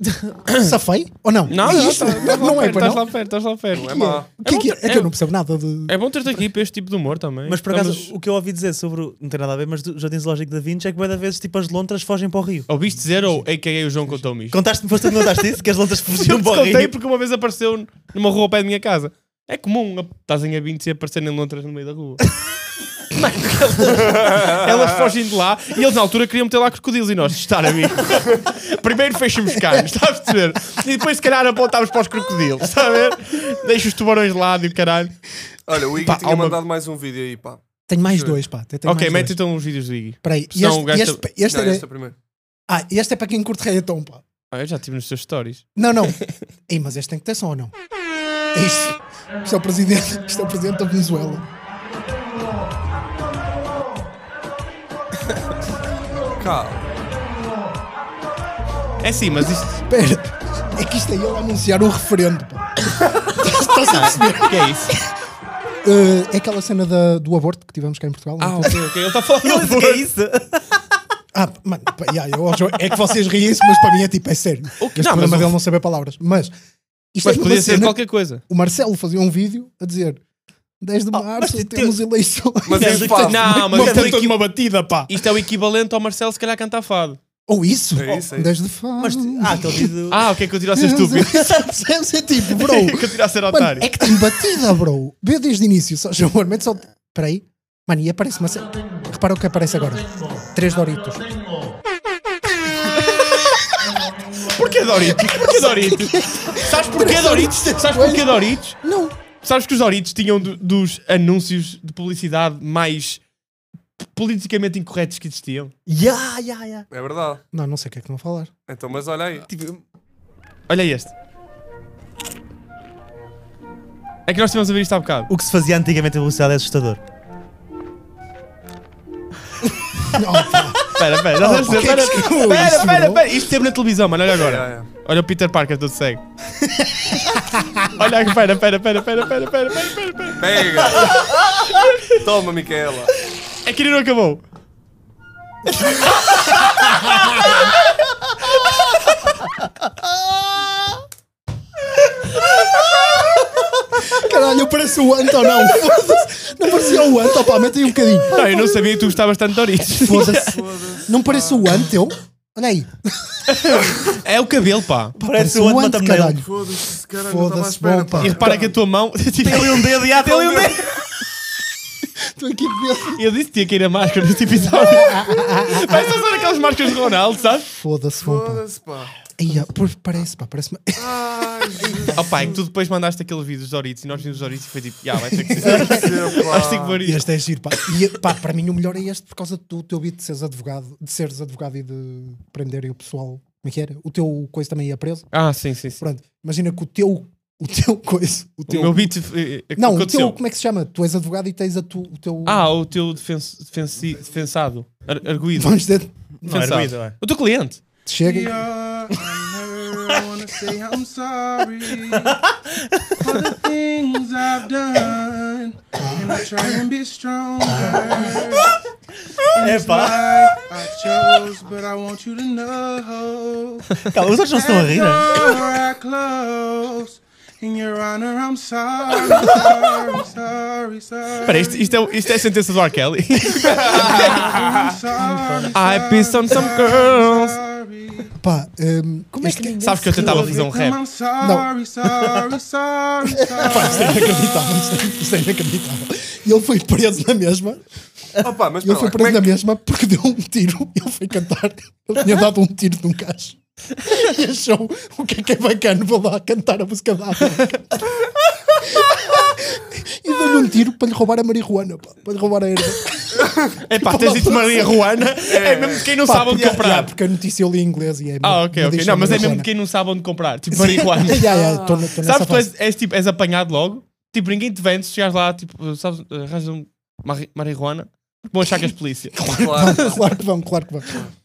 [SPEAKER 2] Safei? Ou não?
[SPEAKER 1] Não,
[SPEAKER 2] é
[SPEAKER 1] não,
[SPEAKER 2] isto?
[SPEAKER 1] tá-
[SPEAKER 2] não, não é,
[SPEAKER 1] perto,
[SPEAKER 2] para
[SPEAKER 1] Estás
[SPEAKER 2] não?
[SPEAKER 1] lá perto, estás lá perto.
[SPEAKER 3] Não
[SPEAKER 2] Que
[SPEAKER 3] é
[SPEAKER 2] é?
[SPEAKER 3] má.
[SPEAKER 2] O que é que é? É que eu não percebo nada de.
[SPEAKER 1] É bom ter-te aqui para este tipo de humor também.
[SPEAKER 4] Mas por acaso,
[SPEAKER 1] Estamos-
[SPEAKER 4] o que eu ouvi dizer sobre. o- Não tem nada a ver, mas do Jardim Zoológico da Vinci é que muitas vezes tipo as lontras fogem para o rio.
[SPEAKER 1] Ouviste dizer ou a.k.a. o João contou-me isto?
[SPEAKER 4] Contaste-me, foste tu que notaste isso? Que as lontras
[SPEAKER 1] Eu
[SPEAKER 4] fugiam
[SPEAKER 1] te
[SPEAKER 4] para o
[SPEAKER 1] contei
[SPEAKER 4] rio.
[SPEAKER 1] porque uma vez apareceu numa rua ao pé da minha casa. É comum, a- estás em Avintes e aparecerem lontras no meio da rua. Elas fogem de lá e eles na altura queriam meter lá crocodilos e nós, estar amigo. Primeiro fechamos carnes, está a perceber? E depois se calhar apontámos para os crocodilos, está a ver? Deixa os tubarões de lado e o caralho.
[SPEAKER 3] Olha, o Iggy
[SPEAKER 1] Pá, há
[SPEAKER 3] tinha
[SPEAKER 1] uma-
[SPEAKER 3] mandado mais um vídeo aí, pá.
[SPEAKER 2] Tenho mais dois, pá. Tenho
[SPEAKER 1] ok,
[SPEAKER 2] mais
[SPEAKER 1] mete
[SPEAKER 2] dois.
[SPEAKER 1] então uns vídeos do Iggy.
[SPEAKER 2] Espera aí.
[SPEAKER 1] senão o
[SPEAKER 2] Este,
[SPEAKER 1] gajo
[SPEAKER 2] este, este
[SPEAKER 3] Não,
[SPEAKER 2] era-
[SPEAKER 3] este é o primeiro.
[SPEAKER 2] Ah, este é para quem curte reggaeton, pá.
[SPEAKER 1] Ah, eu já tive nos teus stories.
[SPEAKER 2] Não, não. Ei, mas este tem que ter som ou não? É isto. Isto é o presidente, isto é o presidente da Venezuela.
[SPEAKER 3] Cá.
[SPEAKER 1] É sim, mas isto.
[SPEAKER 2] Espera, é que isto é ele a anunciar um referendo, pá. Estás a perceber?
[SPEAKER 1] O que é isso?
[SPEAKER 2] Eh, é aquela cena da- do aborto que tivemos cá em Portugal.
[SPEAKER 1] Ah,
[SPEAKER 2] não é?
[SPEAKER 1] ok, ok. Ele está a falar do
[SPEAKER 4] Mas o que é
[SPEAKER 1] aborto.
[SPEAKER 4] isso?
[SPEAKER 2] Ah, mano, pá, yeah, eu- eu- é que vocês riem-se, mas para mim é tipo, é sério.
[SPEAKER 1] O que-
[SPEAKER 2] Este
[SPEAKER 1] não,
[SPEAKER 2] problema
[SPEAKER 1] mas o-
[SPEAKER 2] dele não saber palavras. Mas
[SPEAKER 1] Mas
[SPEAKER 2] isto é uma
[SPEAKER 1] podia ser
[SPEAKER 2] cena-
[SPEAKER 1] qualquer coisa.
[SPEAKER 2] O Marcelo fazia um vídeo a dizer 10
[SPEAKER 1] Ah,
[SPEAKER 2] de março
[SPEAKER 4] mas
[SPEAKER 2] temos eleições.
[SPEAKER 3] Mas
[SPEAKER 1] Não,
[SPEAKER 3] é
[SPEAKER 1] isto-
[SPEAKER 3] fácil.
[SPEAKER 1] não, mas isto é, o equi-
[SPEAKER 2] uma batida, pá.
[SPEAKER 1] isto é o equivalente ao Marcelo se calhar cantar fado.
[SPEAKER 2] Ou isso?
[SPEAKER 3] É isso, é
[SPEAKER 2] 10 de fado.
[SPEAKER 4] Mas, ah, aquele vídeo.
[SPEAKER 1] Ah, o que é que eu tiro a ser estúpido?
[SPEAKER 2] Sabes, é tipo, bro.
[SPEAKER 1] que eu tiro a ser
[SPEAKER 2] Mano,
[SPEAKER 1] otário.
[SPEAKER 2] é que tem batida, bro. Vê desde o início, só chamou. Mete só. Espera aí. Mano, e aparece uma. ce- Repara o que aparece agora: Três Doritos.
[SPEAKER 1] Porquê Doritos? Porquê Doritos?
[SPEAKER 2] é
[SPEAKER 1] Sabes porquê Doritos? Sabes porquê Doritos?
[SPEAKER 2] Não.
[SPEAKER 1] Sabes que os Doritos tinham do- dos anúncios de publicidade mais politicamente incorretos que existiam?
[SPEAKER 4] Yeah, yeah, yeah.
[SPEAKER 3] É verdade.
[SPEAKER 2] Não, não sei o que é que não falar.
[SPEAKER 3] Então, mas olha aí.
[SPEAKER 1] Tipo, olha este. É que nós estivemos a ver isto há bocado.
[SPEAKER 4] O que se fazia antigamente em velocidade é assustador.
[SPEAKER 2] Não, pá.
[SPEAKER 1] Espera, espera, já sabes-
[SPEAKER 2] Opa, que é
[SPEAKER 1] espera,
[SPEAKER 2] que escreveu isso,
[SPEAKER 1] espera, espera,
[SPEAKER 2] bro?
[SPEAKER 1] espera. Isto esteve na televisão, mano, olha agora.
[SPEAKER 3] É, é.
[SPEAKER 1] Olha o Peter Parker todo cego. Olha, espera, espera, espera, espera, espera, espera, espera, espera, espera.
[SPEAKER 3] Pega! Toma, Micaela.
[SPEAKER 1] É que ele não acabou.
[SPEAKER 2] Caralho, parece o Ant ou não? Foda-se. Não parecia o Ant, ó pá, mete aí um bocadinho.
[SPEAKER 1] Não, eu não sabia que tu gostavas tanto de Doritos.
[SPEAKER 2] Foda-se. Não parece o Ant, eu? Olha aí.
[SPEAKER 1] É o cabelo, pá.
[SPEAKER 4] Parece
[SPEAKER 2] Parece
[SPEAKER 4] o
[SPEAKER 2] um
[SPEAKER 4] Antman
[SPEAKER 2] ante,
[SPEAKER 4] também.
[SPEAKER 2] caralho.
[SPEAKER 3] Foda-se, caralho, não estava à
[SPEAKER 2] Foda-se,
[SPEAKER 3] espera.
[SPEAKER 2] bom, pá.
[SPEAKER 1] E repara que a tua mão.
[SPEAKER 4] Tem ali um dedo e há
[SPEAKER 1] Tem ali um
[SPEAKER 4] dedo.
[SPEAKER 1] dedo.
[SPEAKER 2] Estou aqui a ver.
[SPEAKER 1] Eu disse que tinha que ir a máscara neste episódio. Vai só usar aquelas máscaras de Ronaldo, sabes?
[SPEAKER 2] Foda-se, bom, pá.
[SPEAKER 3] Foda-se, pá.
[SPEAKER 2] Ia, por- parece, pá, parece-me.
[SPEAKER 3] Ai, Jesus.
[SPEAKER 1] Oh pá, é que tu depois mandaste aquele vídeo dos Doritos e nós vimos os Doritos e foi tipo, já, vai ter que ser. Acho que
[SPEAKER 3] Pá.
[SPEAKER 1] tem que
[SPEAKER 2] Este é giro, pá. E, pá, para mim o melhor é este por causa do teu beat de seres advogado, de seres advogado e de prenderem o pessoal. Como é que era? O teu coisa também ia preso.
[SPEAKER 1] Ah, sim, sim, sim.
[SPEAKER 2] Pronto, imagina que o teu, o teu coisa, o
[SPEAKER 1] O
[SPEAKER 2] teu.
[SPEAKER 1] meu beat eh, eh,
[SPEAKER 2] não, o
[SPEAKER 1] aconteceu.
[SPEAKER 2] teu, como é que se chama? Tu és advogado e tens a tu, o teu.
[SPEAKER 1] Ah, o teu defenso- defensi- defensado. Ar- arguído.
[SPEAKER 2] Vamos dentro,
[SPEAKER 4] Não, era
[SPEAKER 1] Defensado.
[SPEAKER 4] ruído, é.
[SPEAKER 1] O teu cliente.
[SPEAKER 2] te chega.
[SPEAKER 5] Yeah, I never wanna say I'm sorry for the things I've done, and I try and be stronger.
[SPEAKER 4] É pá.
[SPEAKER 5] Life I chose, but I want you to know.
[SPEAKER 4] Calma, os outros não se estão a rir. é?
[SPEAKER 5] Door I close. In your honor, I'm sorry, sorry, sorry, sorry.
[SPEAKER 1] Espera, isto, isto, é, isto é a sentença do R. Kelly.
[SPEAKER 5] I'm sorry,
[SPEAKER 1] I pissed on some girls.
[SPEAKER 5] sorry.
[SPEAKER 2] Pá, hum,
[SPEAKER 4] Como é que
[SPEAKER 2] este-
[SPEAKER 4] ninguém
[SPEAKER 1] Sabes que eu
[SPEAKER 4] se riu
[SPEAKER 1] tentava
[SPEAKER 4] ali?
[SPEAKER 1] fazer um rap.
[SPEAKER 5] I'm sorry, sorry, sorry, sorry.
[SPEAKER 2] Isto é inacreditável, isto é- isto é inacreditável. E ele foi preso na mesma,
[SPEAKER 3] Opa, mas
[SPEAKER 2] ele
[SPEAKER 3] espera
[SPEAKER 2] foi
[SPEAKER 3] lá, como
[SPEAKER 2] preso
[SPEAKER 3] é
[SPEAKER 2] na
[SPEAKER 3] que-
[SPEAKER 2] mesma porque deu um tiro. Ele foi cantar, ele tinha dado um tiro de um gajo. E achou o que é que é bacana, vou lá cantar a música da África. E deu-lhe um tiro para lhe roubar a marihuana, pá, para lhe roubar a erva.
[SPEAKER 1] É pá, tens dito Maria Ruana. É mesmo de quem não
[SPEAKER 2] Pá,
[SPEAKER 1] sabe onde
[SPEAKER 2] yeah, yeah,
[SPEAKER 1] comprar.
[SPEAKER 2] porque a notícia eu li em inglês e é.
[SPEAKER 1] Ah, ok, ok. Não, mas é mesmo de quem não sabe onde comprar. Tipo, marihuana.
[SPEAKER 2] Yeah, yeah, tô, na- tô nessa
[SPEAKER 1] Sabes que tu
[SPEAKER 2] fase.
[SPEAKER 1] és, és, tipo, és apanhado logo? Tipo, ninguém te vende, se chegares lá, tipo, sabes, arranjas um mari- marihuana, vão achar que és polícia.
[SPEAKER 3] Claro.
[SPEAKER 2] Claro que vão, claro que vão.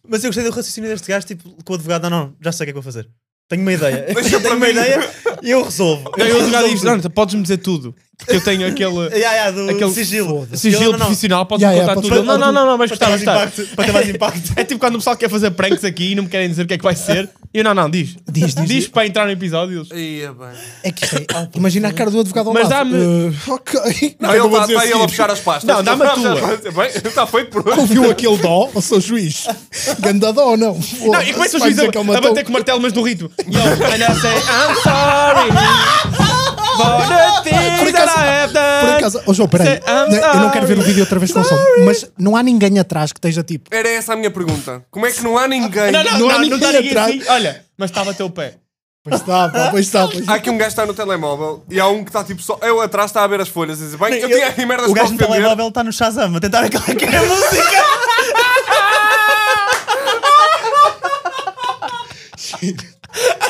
[SPEAKER 4] Mas eu gostei do raciocínio deste gajo, tipo, com o advogado. Não, não, já sei o que é que vou fazer. Tenho uma ideia.
[SPEAKER 3] Deixa
[SPEAKER 4] tenho
[SPEAKER 3] para
[SPEAKER 4] uma
[SPEAKER 3] mim.
[SPEAKER 4] ideia e eu resolvo.
[SPEAKER 1] Não, e o advogado
[SPEAKER 4] resolvo
[SPEAKER 1] diz:
[SPEAKER 4] tudo.
[SPEAKER 1] Não, podes-me dizer tudo. Porque eu tenho aquele
[SPEAKER 4] Yeah, yeah, do
[SPEAKER 1] Aquele-
[SPEAKER 4] sigilo.
[SPEAKER 1] sigilo
[SPEAKER 4] Não, não,
[SPEAKER 1] profissional, podes
[SPEAKER 2] Yeah,
[SPEAKER 1] contar
[SPEAKER 2] yeah,
[SPEAKER 1] tudo.
[SPEAKER 2] podes-
[SPEAKER 1] Ele, Não, não, não, não, vais
[SPEAKER 4] Para
[SPEAKER 1] gostar, vais
[SPEAKER 4] ter mais
[SPEAKER 1] gostar.
[SPEAKER 4] impacto. Para ter mais impacto.
[SPEAKER 1] É tipo quando o pessoal quer fazer pranks aqui e não me querem dizer o que é que vai ser. E eu, não, não, diz.
[SPEAKER 2] Diz, diz,
[SPEAKER 1] Diz para entrar no episódio. e eles,
[SPEAKER 3] Ia bem.
[SPEAKER 2] É que isto é- imagina a cara do advogado ao
[SPEAKER 1] Mas
[SPEAKER 2] lado.
[SPEAKER 1] dá-me-
[SPEAKER 2] Eh, ok.
[SPEAKER 3] Não,
[SPEAKER 1] eu
[SPEAKER 3] ele
[SPEAKER 1] vou
[SPEAKER 3] está
[SPEAKER 1] dizer
[SPEAKER 3] tá,
[SPEAKER 1] assim.
[SPEAKER 3] ele a fechar as pastas.
[SPEAKER 1] Não, dá-me a tua.
[SPEAKER 3] Está feito por hoje.
[SPEAKER 2] Ouviu aquele dó, eu sou juiz. Gandadó ou não?
[SPEAKER 1] Não, e começa o juiz a,
[SPEAKER 2] é
[SPEAKER 1] a é bater com o martelo, mas no ritmo. E eu, and I say, I'm sorry. For the
[SPEAKER 2] Por
[SPEAKER 1] things
[SPEAKER 2] acaso-
[SPEAKER 1] that I have
[SPEAKER 2] Por
[SPEAKER 1] done.
[SPEAKER 2] acaso, oh João, peraí.
[SPEAKER 1] Say, I'm
[SPEAKER 2] Não, Eu não quero ver o
[SPEAKER 1] sorry.
[SPEAKER 2] vídeo outra vez com som. Mas não há ninguém atrás que esteja tipo.
[SPEAKER 3] Era essa a minha pergunta. Como é que não há ninguém?
[SPEAKER 1] Não, não,
[SPEAKER 2] Não
[SPEAKER 1] não,
[SPEAKER 2] há
[SPEAKER 1] não,
[SPEAKER 2] ninguém
[SPEAKER 1] está ninguém
[SPEAKER 2] atrás.
[SPEAKER 1] assim. Olha, mas estava a teu pé.
[SPEAKER 2] Pois está, pá, pois está. Pois
[SPEAKER 3] Há
[SPEAKER 2] está.
[SPEAKER 3] aqui um gajo que está no telemóvel e há um que está tipo só. Eu atrás está a ver as folhas e dizer, bem, eu,
[SPEAKER 4] Eu-
[SPEAKER 3] tinha aqui merdas
[SPEAKER 4] O
[SPEAKER 3] para
[SPEAKER 4] gajo no
[SPEAKER 3] ofender.
[SPEAKER 4] telemóvel está no Shazam a tentar ver qual é que é a música.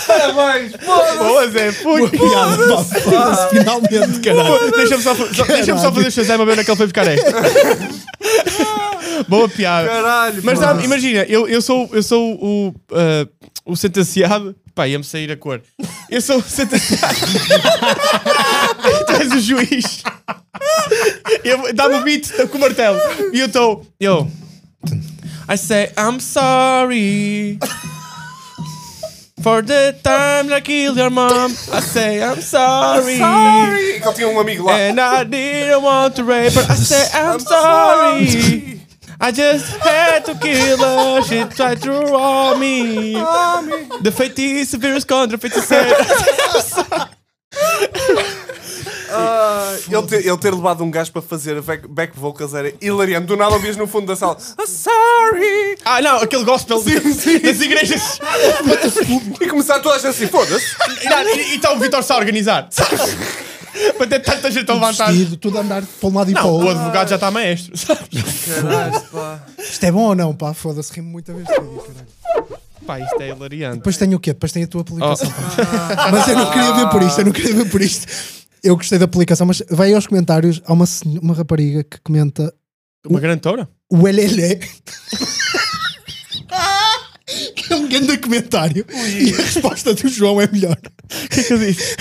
[SPEAKER 3] Parabéns, foda-se.
[SPEAKER 1] Boas, é, fui.
[SPEAKER 2] Obrigado, pá, foda-se, Finalmente, caralho.
[SPEAKER 1] Deixa-me só, só, deixa só
[SPEAKER 2] Caralho.
[SPEAKER 1] fazer o Shazam a ver onde é que ele foi buscar esta. Boa piada.
[SPEAKER 3] Caralho,
[SPEAKER 1] Mas
[SPEAKER 3] foda-se.
[SPEAKER 1] dá-me- imagina, eu, eu sou, eu sou o, ah, o sentenciado. Pá, ia-me sair a cor. Eu sou o sentenciado. tu és o juiz. Eu- Dá-me o beat com o martelo. E eu estou. Eu. I say I'm sorry. For the time I killed your mom. I say I'm sorry. É,
[SPEAKER 3] Sorry. Que ele tinha um amigo lá.
[SPEAKER 1] And I didn't want to rape her. I say I'm sorry. I just had to kill her. She tried to rob me. The feitiço vírus contra o feiticeiro.
[SPEAKER 3] Ah, ele, ter, ele ter levado um gajo para fazer back, back vocals era hilariante. Do nada ouvias no fundo da sala. "Ah, sorry.
[SPEAKER 1] Ah, não, aquele gospel das igrejas.
[SPEAKER 3] E começar toda a gente assim, foda-se.
[SPEAKER 1] Não, e e está o Vitor só a organizar. sabes? Para ter tanta gente a levantar.
[SPEAKER 2] Vestido, tudo a andar para um lado e para o
[SPEAKER 1] O
[SPEAKER 2] outro.
[SPEAKER 1] advogado já está maestro. sabes?
[SPEAKER 2] Isto é bom ou não, pá? Foda-se, rimo muita vez. caralho.
[SPEAKER 1] Pá, isto é hilariante.
[SPEAKER 2] Depois tem o quê? Depois tem a tua
[SPEAKER 1] Oh,
[SPEAKER 2] aplicação. pá. Mas eu não queria ver por isto, eu não queria ver por isto. Eu gostei da aplicação, mas vai aos comentários. Há uma, senho- uma rapariga que comenta
[SPEAKER 1] Uma grande toura?
[SPEAKER 2] o LLE. que é um grande comentário. E a resposta do João é melhor.
[SPEAKER 1] O que é que eu disse?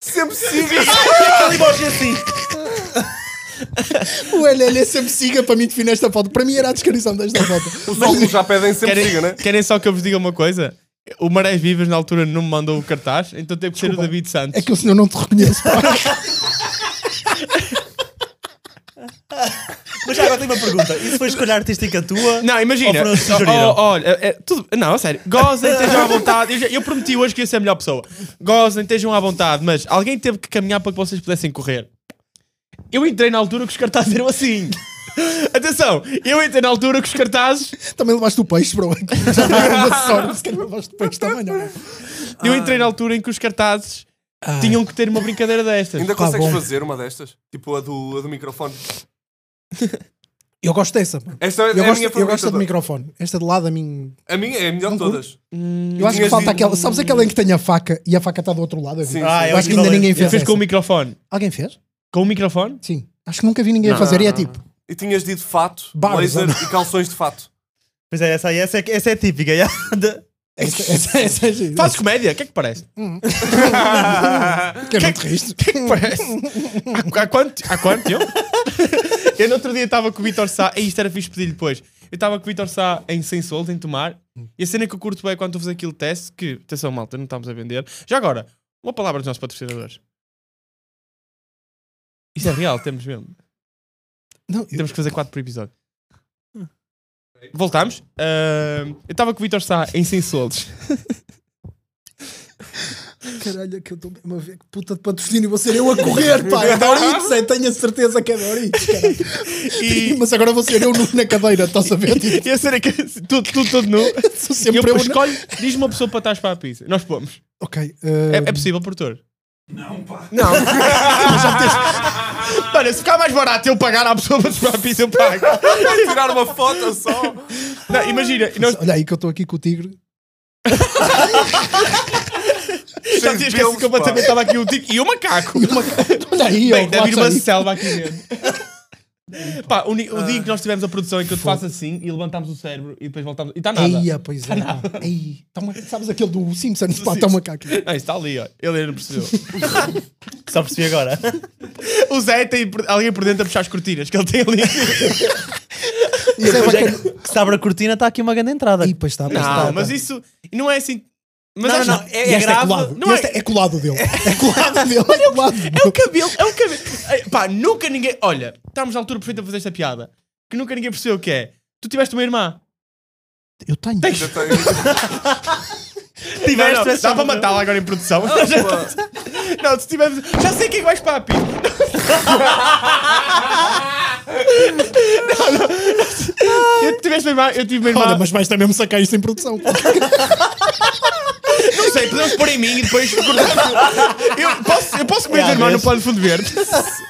[SPEAKER 3] Sempre siga.
[SPEAKER 4] Ali mostra assim.
[SPEAKER 2] O LLE sempre siga para mim definir esta foto. Para mim era a descrição desta foto.
[SPEAKER 3] Os óculos já pedem sempre
[SPEAKER 1] Querem,
[SPEAKER 3] siga, né?
[SPEAKER 1] querem só que eu vos diga uma coisa? O Marés Vivas na altura não me mandou o cartaz, então teve que ser o David Santos.
[SPEAKER 2] É que eu senão não te reconheço. pá.
[SPEAKER 4] Mas já agora tenho uma pergunta. Isso foi escolha artística tua?
[SPEAKER 1] Não,
[SPEAKER 4] Ou
[SPEAKER 1] imagina.
[SPEAKER 4] foram eles que sugeriram?
[SPEAKER 1] Oh, oh, olha, é- é tudo- não, a sério. Gozem, estejam à vontade. Eu, já- eu prometi hoje que ia ser a melhor pessoa. Gozem, estejam à vontade, mas alguém teve que caminhar para que vocês pudessem correr. Eu entrei na altura que os cartazes eram assim. Atenção, eu entrei na altura que os cartazes.
[SPEAKER 2] Também levaste o peixe, bro. Já não era uma sorte, se calhar levaste o peixe também, não. é?
[SPEAKER 1] Eu entrei na altura em que os cartazes tinham que ter uma brincadeira destas.
[SPEAKER 3] Ainda consegues
[SPEAKER 2] bom.
[SPEAKER 3] fazer uma destas? Tipo a do, a do microfone.
[SPEAKER 2] Eu gosto dessa, pá.
[SPEAKER 3] Esta é
[SPEAKER 2] Eu
[SPEAKER 3] a
[SPEAKER 2] gosto,
[SPEAKER 3] minha
[SPEAKER 2] eu gosto de
[SPEAKER 3] favorita.
[SPEAKER 2] microfone. Esta de lado a mim.
[SPEAKER 3] A minha é a melhor de todas.
[SPEAKER 2] Eu acho que
[SPEAKER 3] tinhas
[SPEAKER 2] falta
[SPEAKER 3] dito-
[SPEAKER 2] aquela. Sabes aquela em que tem a faca e a faca está do outro lado? eu vi?
[SPEAKER 3] Sim.
[SPEAKER 4] Ah,
[SPEAKER 2] Eu
[SPEAKER 4] é o
[SPEAKER 2] acho que ainda ninguém
[SPEAKER 4] equivalente.
[SPEAKER 2] fez.
[SPEAKER 1] Fez
[SPEAKER 2] essa.
[SPEAKER 1] com o microfone?
[SPEAKER 2] Alguém fez?
[SPEAKER 1] Com o microfone?
[SPEAKER 2] Sim. Acho que nunca vi ninguém a fazer. E é tipo.
[SPEAKER 3] E tinhas dito fato,
[SPEAKER 2] Barbas,
[SPEAKER 3] blazer e calções de fato.
[SPEAKER 4] Pois é, essa, aí- essa, é, essa é típica. já. De-
[SPEAKER 2] Essa, essa, essa, essa,
[SPEAKER 1] Fazes comédia? O que é que parece?
[SPEAKER 2] que é muito risto.
[SPEAKER 1] O que é que parece? há, há quanto? Há quanto? Eu? eu no outro dia estava com o Vitor Sá, e isto era fixe pedir depois. Eu estava com o Vitor Sá em Sem Sol, em Tomar, e a cena que eu curto bem é quando tu fazes aquele teste, que, atenção malta, não estamos a vender. Já agora, uma palavra dos nossos patrocinadores. Isto é real, temos mesmo.
[SPEAKER 2] Não, eu-
[SPEAKER 1] Temos que fazer 4 por episódio. Voltámos. Ah, eu estava com o Vitor Sá em Sem Soldos.
[SPEAKER 2] Caralho, é que eu estou mesmo a ver que puta de patrocínio vou ser eu a correr, pá. É Doritos, é, tenho a certeza que é Doritos, caralho.
[SPEAKER 1] E-
[SPEAKER 2] Mas agora vou ser eu nu na cadeira, estás a ver? Tipo,
[SPEAKER 1] E a cena é que tudo, tudo, tudo nu.
[SPEAKER 2] sou
[SPEAKER 1] E eu
[SPEAKER 2] sempre eu. na-
[SPEAKER 1] escolho, diz-me uma pessoa para trás para a pizza. Nós pomos.
[SPEAKER 2] Ok.
[SPEAKER 1] É,
[SPEAKER 2] eh,
[SPEAKER 1] é possível, portor? Não, pá. Não. Já tens- Olha, se ficar mais barato eu pagar à pessoa para para a pizza, eu pago.
[SPEAKER 3] Tirar uma foto só.
[SPEAKER 1] Não, imagina, e nós
[SPEAKER 2] Olha aí que eu estou aqui com o tigre.
[SPEAKER 1] já tinha esquecido
[SPEAKER 3] pelos,
[SPEAKER 1] completamente.
[SPEAKER 3] pá.
[SPEAKER 1] Estava aqui o tigre e o macaco.
[SPEAKER 2] Olha aí,
[SPEAKER 1] Bem,
[SPEAKER 2] ó,
[SPEAKER 1] deve ir
[SPEAKER 2] lá
[SPEAKER 1] uma
[SPEAKER 2] está aí.
[SPEAKER 1] selva aqui dentro. Pá, o, ni- o dia em que nós tivemos a produção em que eu te faço assim e levantámos o cérebro e depois voltámos. E está nada.
[SPEAKER 2] Eia, pois é. pá. Ei, tá uma- sabes aquele do Simpsons? Pá, está macaco.
[SPEAKER 1] Ah, está ali, ó. Ele ainda não percebeu.
[SPEAKER 4] Só percebi agora.
[SPEAKER 1] o Zé tem por- alguém por dentro a puxar as cortinas que ele tem ali.
[SPEAKER 2] Isso é
[SPEAKER 4] Pois é,
[SPEAKER 2] bacana.
[SPEAKER 4] que se abre a cortina, está aqui uma grande entrada.
[SPEAKER 2] Ih, pois está, pois está.
[SPEAKER 1] Não,
[SPEAKER 2] tá.
[SPEAKER 1] Ah, mas isso não é assim. Mas
[SPEAKER 4] Não,
[SPEAKER 1] acho-
[SPEAKER 4] não, não, é-
[SPEAKER 2] E
[SPEAKER 1] é
[SPEAKER 2] este
[SPEAKER 1] grave.
[SPEAKER 2] é colado.
[SPEAKER 1] não é,
[SPEAKER 2] este é... colado dele. É colado dele. É colado dele.
[SPEAKER 1] é o cabelo, é o cabelo. Eh, Pá, nunca ninguém. Olha, estamos na altura perfeita para fazer esta piada. Que nunca ninguém percebeu o que é. Tu tiveste uma irmã.
[SPEAKER 2] Eu tenho.
[SPEAKER 3] Já tenho-
[SPEAKER 1] Não, não,
[SPEAKER 4] tiveste essa-
[SPEAKER 1] dá para matá-la agora em produção. não, se tivermos. Já sei quem é vais para a pizza. não, não. Eu tiveste uma irmã, eu tive uma irmã.
[SPEAKER 2] Olha, mas vais também me sacar isto em produção.
[SPEAKER 1] Não sei, podemos pôr em mim e depois eu posso, eu posso comer
[SPEAKER 4] É,
[SPEAKER 1] a tua irmã no
[SPEAKER 4] vês?
[SPEAKER 1] plano de fundo verde.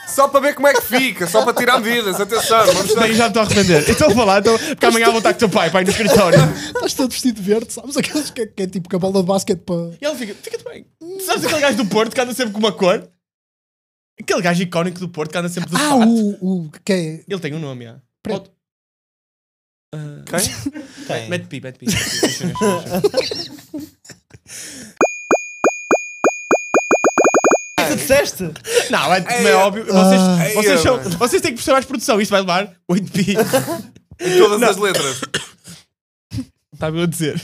[SPEAKER 3] Só para ver como é que fica, só para tirar medidas. Atenção, vamos
[SPEAKER 1] Bem, já me estou a arrepender. Então vou lá, então, porque amanhã vou estar com o teu pai, pai, no escritório.
[SPEAKER 2] Estás todo vestido de verde, sabes? Aqueles que é, que é tipo com a bola de basquete para.
[SPEAKER 1] E ele fica, fica-te bem. Tu sabes aquele gajo do Porto que anda sempre com uma cor? Aquele gajo icónico do Porto que anda sempre de
[SPEAKER 2] Ah,
[SPEAKER 1] fato.
[SPEAKER 2] o, o que é.
[SPEAKER 1] Ele tem um nome, ah.
[SPEAKER 2] Preto.
[SPEAKER 3] Quem?
[SPEAKER 4] Tem.
[SPEAKER 1] Mete pi, mete pi. mete pi. Deixa eu ver, deixa eu ver, deixa eu ver.
[SPEAKER 4] tu disseste?
[SPEAKER 1] Não, é, como
[SPEAKER 3] Ei,
[SPEAKER 1] é óbvio. Vocês,
[SPEAKER 2] ah.
[SPEAKER 1] vocês,
[SPEAKER 3] Ei,
[SPEAKER 1] são-
[SPEAKER 3] mano.
[SPEAKER 1] vocês têm que pressionar mais produção. Isto vai levar 8 pi.
[SPEAKER 3] Em todas as letras.
[SPEAKER 1] Estava eu a dizer.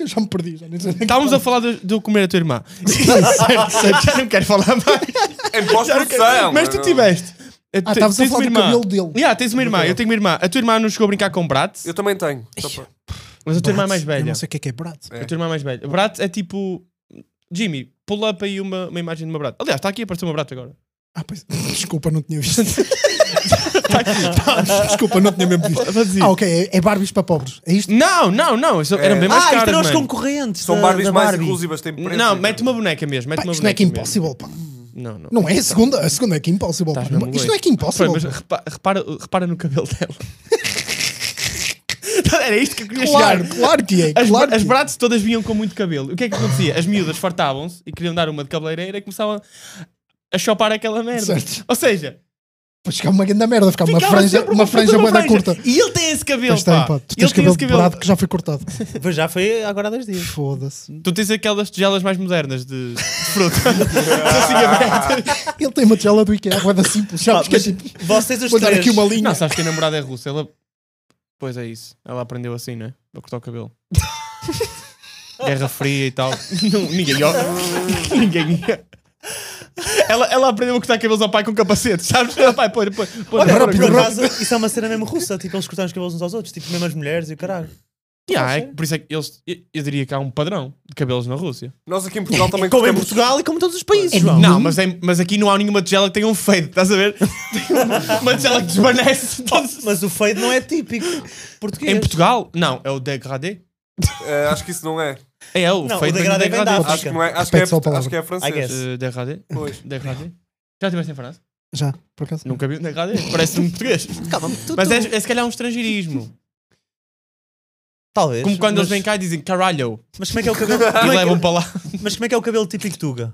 [SPEAKER 2] Eu já me perdi, já nem sei. onde é que
[SPEAKER 1] Estávamos a falar de, de eu comer a tua irmã. Certo, certo, Já não quero falar mais.
[SPEAKER 3] Em
[SPEAKER 1] Já não quero-
[SPEAKER 3] pós-produção.
[SPEAKER 1] Mas tu
[SPEAKER 3] não-
[SPEAKER 1] tiveste.
[SPEAKER 2] Ah,
[SPEAKER 1] te-
[SPEAKER 2] estavas a
[SPEAKER 1] tens
[SPEAKER 2] falar
[SPEAKER 1] uma
[SPEAKER 2] do
[SPEAKER 1] irmã.
[SPEAKER 2] cabelo dele.
[SPEAKER 1] Yeah, tens uma irmã, eu tenho uma irmã. A tua irmã não chegou a brincar com um Bratz,
[SPEAKER 3] Eu também tenho. só para-
[SPEAKER 1] mas a tua irmã é
[SPEAKER 2] Bratz.
[SPEAKER 1] mais
[SPEAKER 2] Eu
[SPEAKER 1] velha.
[SPEAKER 2] não sei o que é que é Bratz.
[SPEAKER 1] A tua irmã é mais velha. Bratz é tipo. Jimmy, pull up aí uma, uma imagem de uma Bratz. Aliás, está aqui a aparecer uma Bratz agora.
[SPEAKER 2] Ah, pois. Desculpa, não tinha visto.
[SPEAKER 1] Tá
[SPEAKER 2] Tá, Desculpa, não tinha mesmo visto.
[SPEAKER 1] Vou dizer.
[SPEAKER 2] Ah, ok. É, é Barbies para pobres. É isto?
[SPEAKER 1] Não, não, não. isso Eram bem mais
[SPEAKER 4] ah, isto
[SPEAKER 1] caras,
[SPEAKER 4] eram os
[SPEAKER 1] mano.
[SPEAKER 4] concorrentes.
[SPEAKER 3] São
[SPEAKER 4] da-
[SPEAKER 3] Barbies
[SPEAKER 4] da
[SPEAKER 3] mais
[SPEAKER 4] Barbie.
[SPEAKER 3] inclusivas, tem preto.
[SPEAKER 1] Não, mete uma boneca mesmo. Mete
[SPEAKER 2] Pá,
[SPEAKER 1] uma
[SPEAKER 2] isto não é
[SPEAKER 1] boneca
[SPEAKER 2] que
[SPEAKER 1] mesmo.
[SPEAKER 2] impossível, pá.
[SPEAKER 1] Não, não.
[SPEAKER 2] Não é a segunda. A segunda é que impossível, pá.
[SPEAKER 1] Estás mesmo
[SPEAKER 2] Isto não é
[SPEAKER 1] doido.
[SPEAKER 2] que impossível.
[SPEAKER 1] Mas
[SPEAKER 2] pá.
[SPEAKER 1] repa- repara, repara no cabelo dela. Era isto que eu queria
[SPEAKER 2] Claro,
[SPEAKER 1] chegar.
[SPEAKER 2] claro que é.
[SPEAKER 1] As,
[SPEAKER 2] claro
[SPEAKER 1] bra- as
[SPEAKER 2] que é.
[SPEAKER 1] Bratz todas vinham com muito cabelo. O que é que acontecia? As miúdas fartavam-se e queriam dar uma de cabeleireira e começavam a chopar aquela merda.
[SPEAKER 2] Certo.
[SPEAKER 1] Ou seja,
[SPEAKER 2] Pois ficava uma grande merda, ficava uma
[SPEAKER 1] ficava
[SPEAKER 2] franja,
[SPEAKER 1] sempre
[SPEAKER 2] uma franja
[SPEAKER 1] puta
[SPEAKER 2] bué da
[SPEAKER 1] franja.
[SPEAKER 2] curta.
[SPEAKER 1] E ele tem esse cabelo,
[SPEAKER 2] Pois tem,
[SPEAKER 1] pá.
[SPEAKER 2] pá. Tu
[SPEAKER 1] Ele
[SPEAKER 2] tens
[SPEAKER 1] tem
[SPEAKER 2] cabelo
[SPEAKER 1] esse
[SPEAKER 2] dobrado que já foi cortado.
[SPEAKER 4] Pois já foi agora há dois dias.
[SPEAKER 2] Foda-se.
[SPEAKER 1] Tu tens aquelas tigelas mais modernas de, de fruta. assim abertas.
[SPEAKER 2] Ele tem uma tela do Ikea, roda simples.
[SPEAKER 4] Pá,
[SPEAKER 2] Sabes que é
[SPEAKER 4] mas
[SPEAKER 2] tipo,
[SPEAKER 4] vocês os
[SPEAKER 2] vou dar
[SPEAKER 4] três.
[SPEAKER 2] aqui uma linha.
[SPEAKER 1] Não, sabes que a namorada é russa. Ela... Pois é isso. Ela aprendeu assim, né? Para cortar o cabelo. Guerra Fria e tal. Não, ninguém ia. ninguém ia. Ela, ela aprendeu a cortar cabelos ao pai com capacete, sabes? Ela, pai, põe, põe, põe.
[SPEAKER 4] Olha,
[SPEAKER 2] Agora,
[SPEAKER 4] agora, por
[SPEAKER 2] pior-
[SPEAKER 4] acaso, isso é uma cena mesmo russa, tipo, eles cortaram os cabelos uns aos outros, tipo, mesmo as mulheres e o caralho.
[SPEAKER 1] Yeah, é que por isso é que eles, eu, eu diria que há um padrão de cabelos na Rússia.
[SPEAKER 3] Nós aqui em Portugal também
[SPEAKER 4] Como é em
[SPEAKER 3] cortamos-
[SPEAKER 4] Portugal e como em todos os países, João.
[SPEAKER 1] Não, mas, é- mas aqui não há nenhuma tigela que tenha um fade, estás a ver? Tem uma- uma tigela que desvanece.
[SPEAKER 4] Mas o fade não é típico português.
[SPEAKER 1] Em Portugal? Não, é o degradé.
[SPEAKER 3] Eh, acho que isso não é.
[SPEAKER 1] É o
[SPEAKER 4] Não, o
[SPEAKER 1] fade vem do
[SPEAKER 4] degradé vem da
[SPEAKER 1] degradé.
[SPEAKER 4] África.
[SPEAKER 3] Acho que não é. Acho que é,
[SPEAKER 2] Repete só a palavra.
[SPEAKER 3] acho que é
[SPEAKER 4] I guess.
[SPEAKER 3] francês.
[SPEAKER 1] Eh, Degradé?
[SPEAKER 3] Pois.
[SPEAKER 1] Degradé? Já estiveste em França?
[SPEAKER 2] Já, por acaso.
[SPEAKER 1] Nunca vi um degradé. Parece-me português.
[SPEAKER 4] Calma, tu,
[SPEAKER 1] Mas
[SPEAKER 4] tu-
[SPEAKER 1] é, é se calhar um estrangeirismo.
[SPEAKER 4] Talvez.
[SPEAKER 1] Como quando eles
[SPEAKER 4] mas,
[SPEAKER 1] vêm cá e dizem caralho
[SPEAKER 4] Mas como é que é o cabelo...
[SPEAKER 1] e
[SPEAKER 4] como é que-
[SPEAKER 1] levam para lá.
[SPEAKER 4] Mas como é que é o cabelo típico tuga?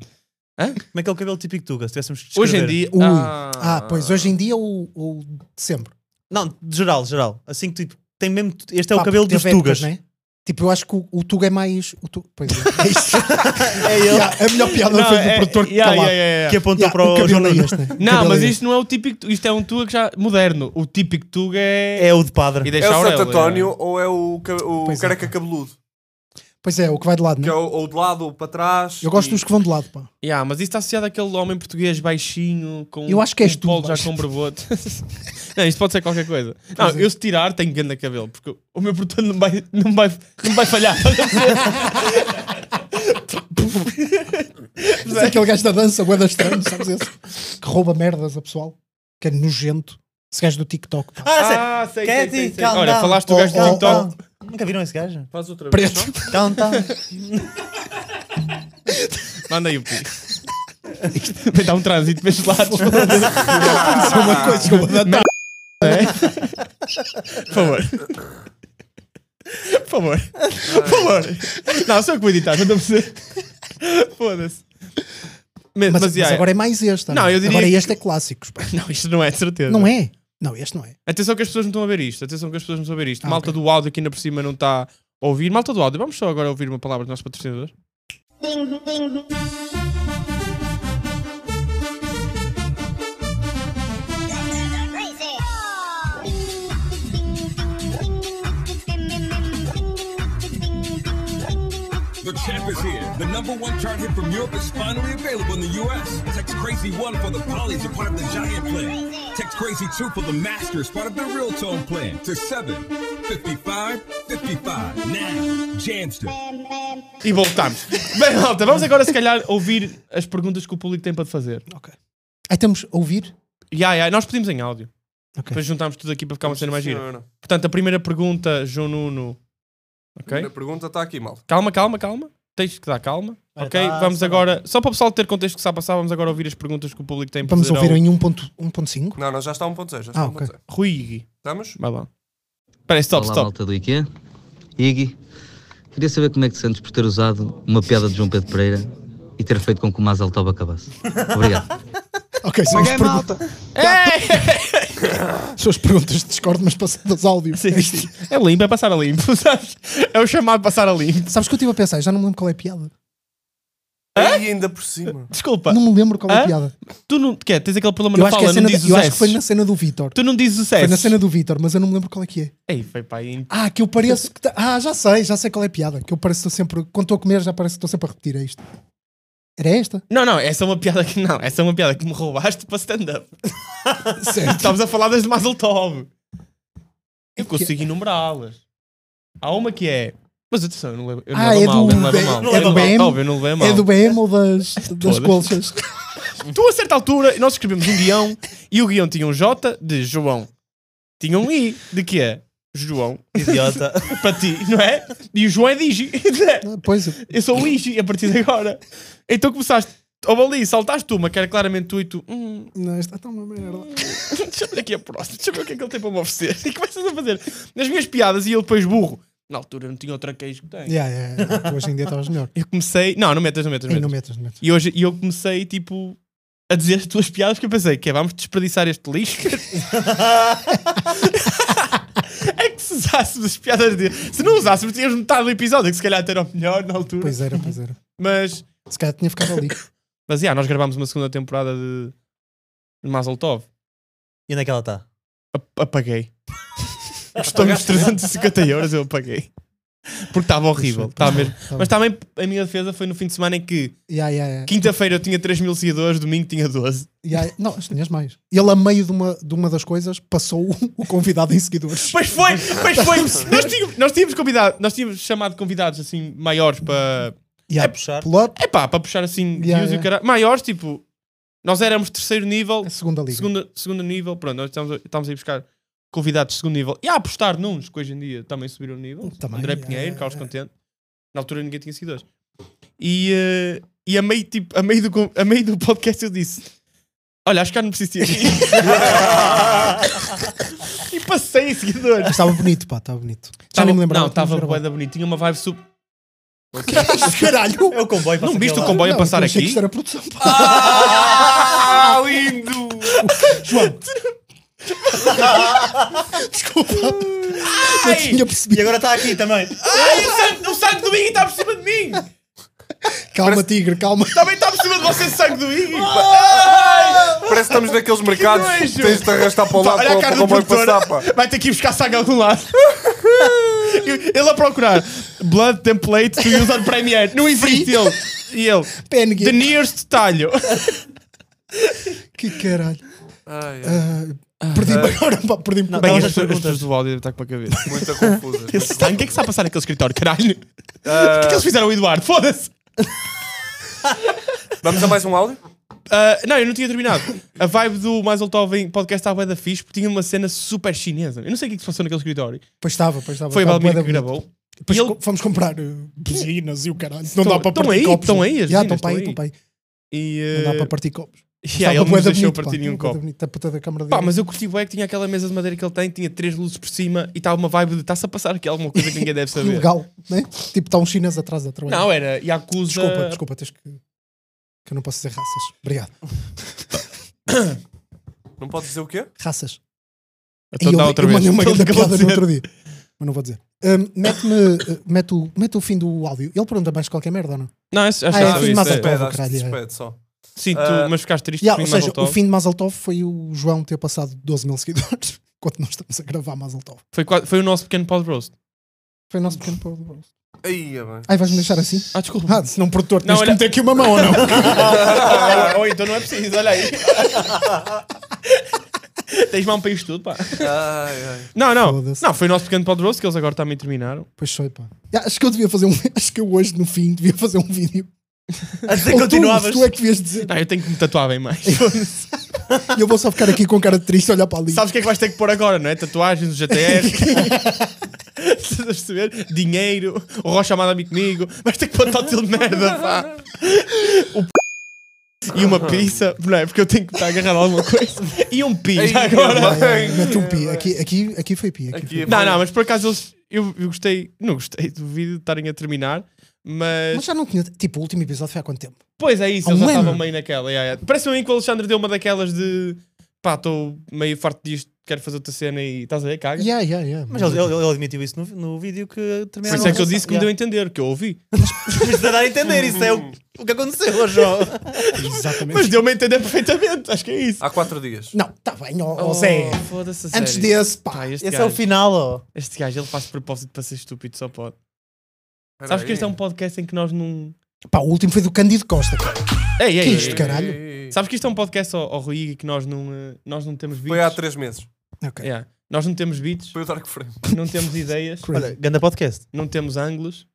[SPEAKER 1] Hã?
[SPEAKER 4] Como é que é o cabelo típico tuga? Se tivéssemos que
[SPEAKER 1] Hoje em dia.
[SPEAKER 4] descrever.
[SPEAKER 2] Ui.
[SPEAKER 1] Ah,
[SPEAKER 2] Ah, pois, hoje em dia ou, ou de sempre?
[SPEAKER 4] Não, de geral, geral. Assim que tipo, tem mesmo. Este é
[SPEAKER 2] Pá,
[SPEAKER 4] o cabelo
[SPEAKER 2] porque
[SPEAKER 4] dos
[SPEAKER 2] teve épocas,
[SPEAKER 4] tugas.
[SPEAKER 2] né? Tipo, eu acho que o, o Tuga é mais. O tu... Pois é. é isto.
[SPEAKER 4] É ele
[SPEAKER 2] Yeah, a melhor piada foi do produtor
[SPEAKER 1] é- yeah,
[SPEAKER 2] calado.
[SPEAKER 1] yeah, yeah,
[SPEAKER 4] que
[SPEAKER 1] yeah.
[SPEAKER 4] apontou
[SPEAKER 2] Yeah,
[SPEAKER 4] para
[SPEAKER 2] o
[SPEAKER 4] o João
[SPEAKER 2] cabelo é
[SPEAKER 4] Nunes.
[SPEAKER 2] este, né? O
[SPEAKER 1] Não,
[SPEAKER 2] cabelo
[SPEAKER 1] mas
[SPEAKER 2] é
[SPEAKER 1] isto não é o típico. tu- Isto é um tuga que já moderno. O típico tuga é.
[SPEAKER 4] É o de
[SPEAKER 1] E
[SPEAKER 4] padre.
[SPEAKER 1] deixa
[SPEAKER 3] É o
[SPEAKER 1] a
[SPEAKER 3] Santo
[SPEAKER 1] orelha.
[SPEAKER 3] António ou é o, ca- o
[SPEAKER 2] Pois é.
[SPEAKER 3] careca cabeludo?
[SPEAKER 2] este. Pois é, o que vai de lado,
[SPEAKER 3] Que é
[SPEAKER 2] né?
[SPEAKER 3] o, ou de lado ou para trás.
[SPEAKER 2] Eu gosto
[SPEAKER 3] e-
[SPEAKER 2] dos que vão de lado, pá.
[SPEAKER 1] Yeah, mas isso está associado àquele homem português baixinho com
[SPEAKER 2] Eu acho que és
[SPEAKER 1] um
[SPEAKER 2] tu,
[SPEAKER 1] polo já
[SPEAKER 2] baixo.
[SPEAKER 1] com brevoto. não, isto pode ser qualquer coisa. Não,
[SPEAKER 2] Pois é.
[SPEAKER 1] eu se tirar tenho grande cabelo, porque o meu produtor não vai, não vai, não vai falhar.
[SPEAKER 2] Mas é aquele gajo da dança, o Eda Estranho, sabes esse? Que rouba merdas a pessoal. Que é nojento. Esse gajo do TikTok, pá.
[SPEAKER 4] Ah,
[SPEAKER 1] sei,
[SPEAKER 4] sei. Cathy, calm
[SPEAKER 1] Olha,
[SPEAKER 4] down.
[SPEAKER 1] falaste do
[SPEAKER 2] Oh,
[SPEAKER 1] gajo do
[SPEAKER 2] oh,
[SPEAKER 4] Ah.
[SPEAKER 1] TikTok.
[SPEAKER 4] Nunca viram esse gajo?
[SPEAKER 3] Faz outra vez.
[SPEAKER 2] Preto.
[SPEAKER 4] Então, então.
[SPEAKER 1] Manda aí o pico. Vai dar um trânsito para estes lados.
[SPEAKER 2] Isso é uma coisa que eu vou dar.
[SPEAKER 1] Por favor. Por favor. Por favor. Não, sou eu que vou editar, não estou a perceber. Foda-se. Mas,
[SPEAKER 2] Mas,
[SPEAKER 1] mas,
[SPEAKER 2] mas
[SPEAKER 1] yeah,
[SPEAKER 2] agora é mais este.
[SPEAKER 1] Não, eu diria
[SPEAKER 2] Agora
[SPEAKER 1] que-
[SPEAKER 2] este é clássicos, pá.
[SPEAKER 1] Não, isto não é de certeza.
[SPEAKER 2] Não é? Não, este não é.
[SPEAKER 1] Atenção que as pessoas não estão a ver isto. Atenção que as pessoas não estão a ver isto.
[SPEAKER 2] Ah,
[SPEAKER 1] Malta do áudio aqui ainda por cima não está a ouvir. Malta do áudio, vamos só agora ouvir uma palavra do nosso patrocinador.
[SPEAKER 6] The champ is here. The number one chart hit from Europe is finally available in the U.S. Text Crazy 1 for the Polys are part of the Giant plan. Text Crazy 2 for the Masters, part of the Real Tone plan. To 7, 55, 55. Now, Jamster.
[SPEAKER 1] E voltamos. Bem, malta, vamos agora se calhar ouvir as perguntas que o público tem para te fazer.
[SPEAKER 2] Ok. Aí temos a ouvir.
[SPEAKER 1] Ya, ya, nós pedimos em áudio.
[SPEAKER 2] Ok.
[SPEAKER 1] Depois juntámos tudo aqui para ficar uma cena mais gira.
[SPEAKER 3] Senhora.
[SPEAKER 1] Portanto, a primeira pergunta, João Nuno.
[SPEAKER 3] A
[SPEAKER 1] Ok?
[SPEAKER 3] pergunta está aqui, mal.
[SPEAKER 1] Calma, calma, calma. Tens que dar calma.
[SPEAKER 4] Olha,
[SPEAKER 1] Ok?
[SPEAKER 4] tá,
[SPEAKER 1] Vamos
[SPEAKER 4] tá
[SPEAKER 1] agora. Só para o pessoal ter contexto que está a passar, vamos agora ouvir as perguntas que o público tem para
[SPEAKER 2] Vamos
[SPEAKER 1] fazer.
[SPEAKER 2] ouvir
[SPEAKER 1] ao
[SPEAKER 2] em 1.1, 1.5.
[SPEAKER 3] Não, não, já está 1.0. Já está
[SPEAKER 2] Ah, ok.
[SPEAKER 3] 1.0.
[SPEAKER 1] Rui Igui.
[SPEAKER 3] Estamos?
[SPEAKER 1] Vai lá. Espera aí, stop,
[SPEAKER 7] Olá,
[SPEAKER 1] stop.
[SPEAKER 7] malta do IKEA. Iggy, queria saber como é que te sentes por ter usado uma piada de João Pedro Pereira e ter feito com que o Mazel Toba acabasse. Obrigado.
[SPEAKER 2] Ok, são as, pergu- são as perguntas de Discord, mas passadas áudio.
[SPEAKER 1] Sim, sim. É limpo, é passar a limpo, sabes? É o chamado passar a limpo.
[SPEAKER 2] Sabes que eu estive a pensar? Já não me lembro qual é a piada.
[SPEAKER 3] E ainda por cima.
[SPEAKER 1] Desculpa,
[SPEAKER 2] Não me lembro qual é a
[SPEAKER 1] Hã?
[SPEAKER 2] piada.
[SPEAKER 1] tu não. Quer, tens aquele problema
[SPEAKER 2] Eu
[SPEAKER 1] na
[SPEAKER 2] acho, que é a
[SPEAKER 1] fala,
[SPEAKER 2] cena
[SPEAKER 1] não
[SPEAKER 2] da-
[SPEAKER 1] dizes
[SPEAKER 2] eu
[SPEAKER 1] os
[SPEAKER 2] acho que foi
[SPEAKER 1] S.
[SPEAKER 2] na cena do Vitor.
[SPEAKER 1] Tu não dizes os
[SPEAKER 2] Foi
[SPEAKER 1] S.
[SPEAKER 2] na cena do Vitor, mas eu não me lembro qual é que é.
[SPEAKER 1] Ei, foi pá, aí.
[SPEAKER 2] Ah, que eu pareço que. ta- Ah, já sei, já sei qual é a piada. Que eu pareço que estou sempre. Quando estou a comer, já parece que estou sempre a repetir. É isto. Era esta?
[SPEAKER 1] Não, não, essa é uma piada que. Não, essa é uma piada que me roubaste para stand-up.
[SPEAKER 2] Certo.
[SPEAKER 1] Estamos a falar das de Mazel Tov.
[SPEAKER 2] É
[SPEAKER 1] Eu consigo enumerá-las. Há uma que é. Mas atenção, eu não levo, eu não
[SPEAKER 2] Ah,
[SPEAKER 1] levo
[SPEAKER 2] é
[SPEAKER 1] mal,
[SPEAKER 2] do-
[SPEAKER 1] eu não levo
[SPEAKER 2] é-
[SPEAKER 1] mal.
[SPEAKER 2] é
[SPEAKER 1] Eu
[SPEAKER 2] do
[SPEAKER 1] não levo
[SPEAKER 2] BM?
[SPEAKER 1] mal, óbvio, eu não levo mal.
[SPEAKER 2] É do BM ou das, das
[SPEAKER 1] Todas.
[SPEAKER 2] colchas?
[SPEAKER 1] Tu, a certa altura, nós escrevemos um guião e o guião tinha um J de João. Tinha um I de quê? João.
[SPEAKER 4] Idiota.
[SPEAKER 1] Para ti, não é? E o João é Digi.
[SPEAKER 2] Ah, Pois,
[SPEAKER 1] Eu sou o Igi a partir de agora. Então começaste. Houve ali, saltaste uma que era claramente tu e tu. Hum,
[SPEAKER 2] não, isto está uma merda.
[SPEAKER 1] deixa eu ver aqui a próxima, deixa eu ver o que é que ele tem para me oferecer. E começas a fazer nas minhas piadas e eu depois burro. Na altura não tinha outra queijo que tem.
[SPEAKER 2] Yeah, yeah, yeah. Hoje em dia estavas melhor.
[SPEAKER 1] Eu comecei. Não, não metas, não metas,
[SPEAKER 2] Ei,
[SPEAKER 1] não
[SPEAKER 2] não
[SPEAKER 1] metas.
[SPEAKER 2] metas, não metas.
[SPEAKER 1] E hoje e eu comecei tipo a dizer as tuas piadas que eu pensei que é vamos desperdiçar este lixo. é que se usássemos as piadas de. Se não usássemos, tínhamos metade do episódio, que se calhar até era o melhor na altura.
[SPEAKER 2] Pois era, pois era.
[SPEAKER 1] Mas.
[SPEAKER 2] Se calhar tinha ficado ali.
[SPEAKER 1] Mas yeah, nós gravámos uma segunda temporada de, de Mazel Tov.
[SPEAKER 4] E onde é que ela está?
[SPEAKER 1] Ap- apaguei. Custou-me os 350 euros, eu apaguei. Porque estava horrível. Estava mesmo.
[SPEAKER 2] bem.
[SPEAKER 1] Mas também a minha defesa foi no fim de semana em que
[SPEAKER 2] Yeah, yeah, yeah.
[SPEAKER 1] quinta-feira eu tinha 3 mil seguidores, domingo tinha 12.
[SPEAKER 2] Yeah, yeah. Não, tinhas mais. Ele, a meio de uma, de uma das coisas, passou o- o convidado em seguidores.
[SPEAKER 1] Pois foi, pois foi. nós, tínhamos, nós tínhamos convidado, nós tínhamos chamado convidados assim maiores para.
[SPEAKER 2] Yeah.
[SPEAKER 4] É puxar.
[SPEAKER 2] Pular,
[SPEAKER 1] É pá, para puxar assim
[SPEAKER 2] Yeah,
[SPEAKER 1] views e o
[SPEAKER 2] yeah.
[SPEAKER 1] caralho. Maiores, tipo. Nós éramos terceiro nível,
[SPEAKER 2] a é segunda liga.
[SPEAKER 1] segunda, segundo nível, pronto, nós estamos a, estamos a ir buscar convidados de segundo nível e a apostar nuns que hoje em dia também subiram o nível.
[SPEAKER 2] Também,
[SPEAKER 1] André
[SPEAKER 2] é,
[SPEAKER 1] Pinheiro,
[SPEAKER 2] é,
[SPEAKER 1] Carlos
[SPEAKER 2] é.
[SPEAKER 1] Contente. Na altura ninguém tinha seguidores. E, eh, e a, meio, tipo, a, meio do, con- a meio do podcast eu disse: Olha, acho que já não preciso ter E passei em seguidores.
[SPEAKER 2] Mas Estava bonito, pá, estava bonito. Já
[SPEAKER 1] Tava-
[SPEAKER 2] nem me lembrava.
[SPEAKER 1] Não, estava
[SPEAKER 2] Tínhamos gravado.
[SPEAKER 1] boeda bonito, tinha uma vibe super.
[SPEAKER 2] Caralho!
[SPEAKER 4] É o comboio.
[SPEAKER 1] Não
[SPEAKER 4] passa
[SPEAKER 1] viste o
[SPEAKER 4] aquela-
[SPEAKER 1] comboio a
[SPEAKER 2] Não,
[SPEAKER 1] passar
[SPEAKER 2] eu achei
[SPEAKER 1] aqui?
[SPEAKER 2] que isto era produção, pá.
[SPEAKER 3] Ah, lindo!
[SPEAKER 2] João! Desculpa, não
[SPEAKER 1] Ai,
[SPEAKER 2] tinha
[SPEAKER 4] E
[SPEAKER 2] percebido.
[SPEAKER 4] agora está aqui também.
[SPEAKER 1] ai, o sangue- o sangue do Big está por cima de mim!
[SPEAKER 2] Calma, tigre, calma.
[SPEAKER 4] tá
[SPEAKER 1] Também está por cima de você, sangue do Big!
[SPEAKER 3] Parece que estamos naqueles mercados
[SPEAKER 1] Que
[SPEAKER 3] que
[SPEAKER 1] nojo!
[SPEAKER 3] tens de te arrastar para o
[SPEAKER 1] Pá,
[SPEAKER 3] lado
[SPEAKER 1] olha a
[SPEAKER 3] para
[SPEAKER 1] cara
[SPEAKER 3] o
[SPEAKER 1] do
[SPEAKER 3] comboio
[SPEAKER 1] produtor.
[SPEAKER 3] passar, pá.
[SPEAKER 1] Vai ter que ir buscar sangue a algum lado. ele a procurar Blood Template to use on Premiere. Não existe ele. E ele.
[SPEAKER 2] PNG.
[SPEAKER 1] The nearest talho.
[SPEAKER 2] Que caralho. Ah, Perdi-me agora, pá, perdi-me
[SPEAKER 4] Não,
[SPEAKER 1] Bem, as pessoas
[SPEAKER 4] Estavas as
[SPEAKER 1] as
[SPEAKER 4] perguntas.
[SPEAKER 1] pessoas do áudio devem estar tá com a cabeça.
[SPEAKER 3] Muita confusa. Eh,
[SPEAKER 1] Esse sangue, o que é que está a passar naquele escritório, caralho? O que é que eles fizeram ao Eduardo? Foda-se.
[SPEAKER 3] Vamos a mais um áudio?
[SPEAKER 1] Ah, não, eu não tinha terminado. A vibe do Mazel Tov em podcast estava da fixe porque tinha uma cena super chinesa. Eu não sei o que é que se passou naquele escritório.
[SPEAKER 2] Pois estava, pois estava.
[SPEAKER 1] Foi o
[SPEAKER 2] Estava
[SPEAKER 1] Balmir
[SPEAKER 2] bué
[SPEAKER 1] que
[SPEAKER 2] da bonito.
[SPEAKER 1] gravou.
[SPEAKER 2] Depois
[SPEAKER 1] E ele-
[SPEAKER 2] co- fomos comprar uh, buzinas e o caralho. Não
[SPEAKER 1] Estão-
[SPEAKER 2] dá para
[SPEAKER 1] estão
[SPEAKER 2] partir
[SPEAKER 1] aí,
[SPEAKER 2] copos.
[SPEAKER 1] estão
[SPEAKER 2] não.
[SPEAKER 1] aí as
[SPEAKER 2] Já,
[SPEAKER 1] buzinas,
[SPEAKER 2] estão para aí,
[SPEAKER 1] estão
[SPEAKER 2] estão para aí.
[SPEAKER 1] E,
[SPEAKER 2] Não dá
[SPEAKER 1] eh,
[SPEAKER 2] para partir copos.
[SPEAKER 1] yeah, ele não nos deixou partir nenhum copo.
[SPEAKER 2] A puta da câmara
[SPEAKER 1] Pá,
[SPEAKER 2] dele.
[SPEAKER 1] mas eu curti bué que tinha aquela mesa de madeira que ele tem, tinha três luzes por cima e estava uma vibe de está-se a passar aqui alguma coisa que ninguém deve
[SPEAKER 2] Que
[SPEAKER 1] saber.
[SPEAKER 2] legal, né? Tipo, está um chinês atrás a trabalhar.
[SPEAKER 1] não, é era Yakuza.
[SPEAKER 2] Desculpa, desculpa, tens que. Que eu não posso dizer raças. Obrigado.
[SPEAKER 3] Não pode dizer o quê?
[SPEAKER 2] Raças.
[SPEAKER 1] Então
[SPEAKER 2] E eu
[SPEAKER 1] dá outra
[SPEAKER 2] eu
[SPEAKER 1] vez.
[SPEAKER 2] mandei uma grande
[SPEAKER 1] Então vou
[SPEAKER 2] piada no
[SPEAKER 1] dizer.
[SPEAKER 2] outro dia. Mas não vou dizer. Hum, Mete-me. uh, Mete o, mete o fim do áudio. Ele pergunta mais qualquer merda ou não?
[SPEAKER 1] Não, acho, acho
[SPEAKER 2] Ah, é,
[SPEAKER 1] que
[SPEAKER 2] fiz
[SPEAKER 1] isso, é.
[SPEAKER 2] massa pé.
[SPEAKER 3] Despede,
[SPEAKER 2] Tova,
[SPEAKER 3] acho que
[SPEAKER 2] caralho, é.
[SPEAKER 3] despede só.
[SPEAKER 1] Sim, tu,
[SPEAKER 3] Ah,
[SPEAKER 1] mas ficaste triste.
[SPEAKER 2] Yeah,
[SPEAKER 1] por
[SPEAKER 2] ou
[SPEAKER 1] mim,
[SPEAKER 2] seja,
[SPEAKER 1] Mazel Tov.
[SPEAKER 2] o fim de Mazel Tov foi o João ter passado 12 mil seguidores enquanto nós estamos a gravar Mazel Tov.
[SPEAKER 1] foi, quase- foi o nosso pequeno pod roast.
[SPEAKER 2] Foi o nosso pequeno problema.
[SPEAKER 3] Aí, bem.
[SPEAKER 2] Ai, vais-me deixar assim?
[SPEAKER 1] Ah, desculpa.
[SPEAKER 2] Ah, se não produtor, tens
[SPEAKER 1] Não,
[SPEAKER 2] não,
[SPEAKER 1] olha-
[SPEAKER 2] que meter aqui uma mão ou não?
[SPEAKER 1] ou, então não é preciso, olha aí. Tens mão para isto tudo, pá.
[SPEAKER 3] Ai, ai.
[SPEAKER 1] Não, não.
[SPEAKER 2] Foda-se.
[SPEAKER 1] Não, foi o nosso pequeno pod roast que eles agora também terminaram.
[SPEAKER 2] pois foi, pá. Ah, Acho que eu devia fazer um. Acho que eu hoje, no fim, devia fazer um vídeo.
[SPEAKER 4] A dizer
[SPEAKER 2] Ou
[SPEAKER 4] que
[SPEAKER 2] tu,
[SPEAKER 4] continuavas.
[SPEAKER 2] Tu é que devias dizer.
[SPEAKER 1] Não, Ah, eu tenho que me tatuar bem mais.
[SPEAKER 2] E eu vou só ficar aqui com cara de triste, olhar para ali.
[SPEAKER 1] Sabes o que é que vais ter que pôr agora, não é? Tatuagens, o GTR. Estás a perceber? Dinheiro, o Rocha manda me comigo. Vais ter que pôr tótil de merda, pá. O p... E uma pizza, não é? Porque eu tenho que estar agarrado a alguma coisa. E um pi, já
[SPEAKER 3] Ai,
[SPEAKER 1] agora.
[SPEAKER 3] meu bem.
[SPEAKER 2] Mete um pi. Aqui, aqui, aqui foi pi. Aqui.
[SPEAKER 3] Aqui é
[SPEAKER 1] Não,
[SPEAKER 3] bom.
[SPEAKER 1] não, mas por acaso eles, eu, eu gostei, não gostei do vídeo de estarem a terminar. Mas,
[SPEAKER 2] Mas já não tinha. Tipo, o último episódio foi há quanto tempo?
[SPEAKER 1] pois é isso,
[SPEAKER 2] Há
[SPEAKER 1] eles
[SPEAKER 2] um
[SPEAKER 1] já estavam
[SPEAKER 2] ano.
[SPEAKER 1] meio naquela. yeah, yeah. Parece-me a mim que o Alexandre deu uma daquelas de pá, estou meio farto disto, quero fazer outra cena e estás a ver, caga.
[SPEAKER 2] Yeah, yeah, yeah.
[SPEAKER 4] Mas ele, ele- ele admitiu isso no, no vídeo que
[SPEAKER 1] Por
[SPEAKER 4] terminaram.
[SPEAKER 1] isso é que eu disse que me deu a entender, que eu ouvi.
[SPEAKER 4] deu a dar a entender. Isso é o, o que aconteceu hoje.
[SPEAKER 2] Exatamente.
[SPEAKER 1] Mas deu-me a entender perfeitamente, acho que é isso.
[SPEAKER 3] Há quatro dias.
[SPEAKER 2] Não, está bem, ó ó, Zé.
[SPEAKER 1] Oh, Foda-se a
[SPEAKER 2] Antes
[SPEAKER 1] sério.
[SPEAKER 2] desse, pá.
[SPEAKER 1] Pá, este,
[SPEAKER 4] Esse é
[SPEAKER 1] gajo,
[SPEAKER 4] o final, ó.
[SPEAKER 1] este gajo, ele faz de propósito para ser estúpido, só pode.
[SPEAKER 3] Espera
[SPEAKER 1] Sabes que
[SPEAKER 3] aí.
[SPEAKER 1] este é um podcast em que nós não.
[SPEAKER 2] Pá, o último foi do Candido Costa, cara.
[SPEAKER 1] Ei, ei,
[SPEAKER 2] Que
[SPEAKER 1] ei,
[SPEAKER 2] isto,
[SPEAKER 1] ei.
[SPEAKER 2] cara? caralho.
[SPEAKER 3] Ei.
[SPEAKER 1] Sabes que isto é um podcast ao, ao Rui e que nós não, eh, nós não temos beats.
[SPEAKER 3] Foi há três meses.
[SPEAKER 2] Ok.
[SPEAKER 1] Yeah. Nós não temos beats,
[SPEAKER 3] Foi o Dark Frame.
[SPEAKER 1] não temos ideias,
[SPEAKER 2] Crazy.
[SPEAKER 4] Olha, ganda podcast.
[SPEAKER 1] não temos ângulos,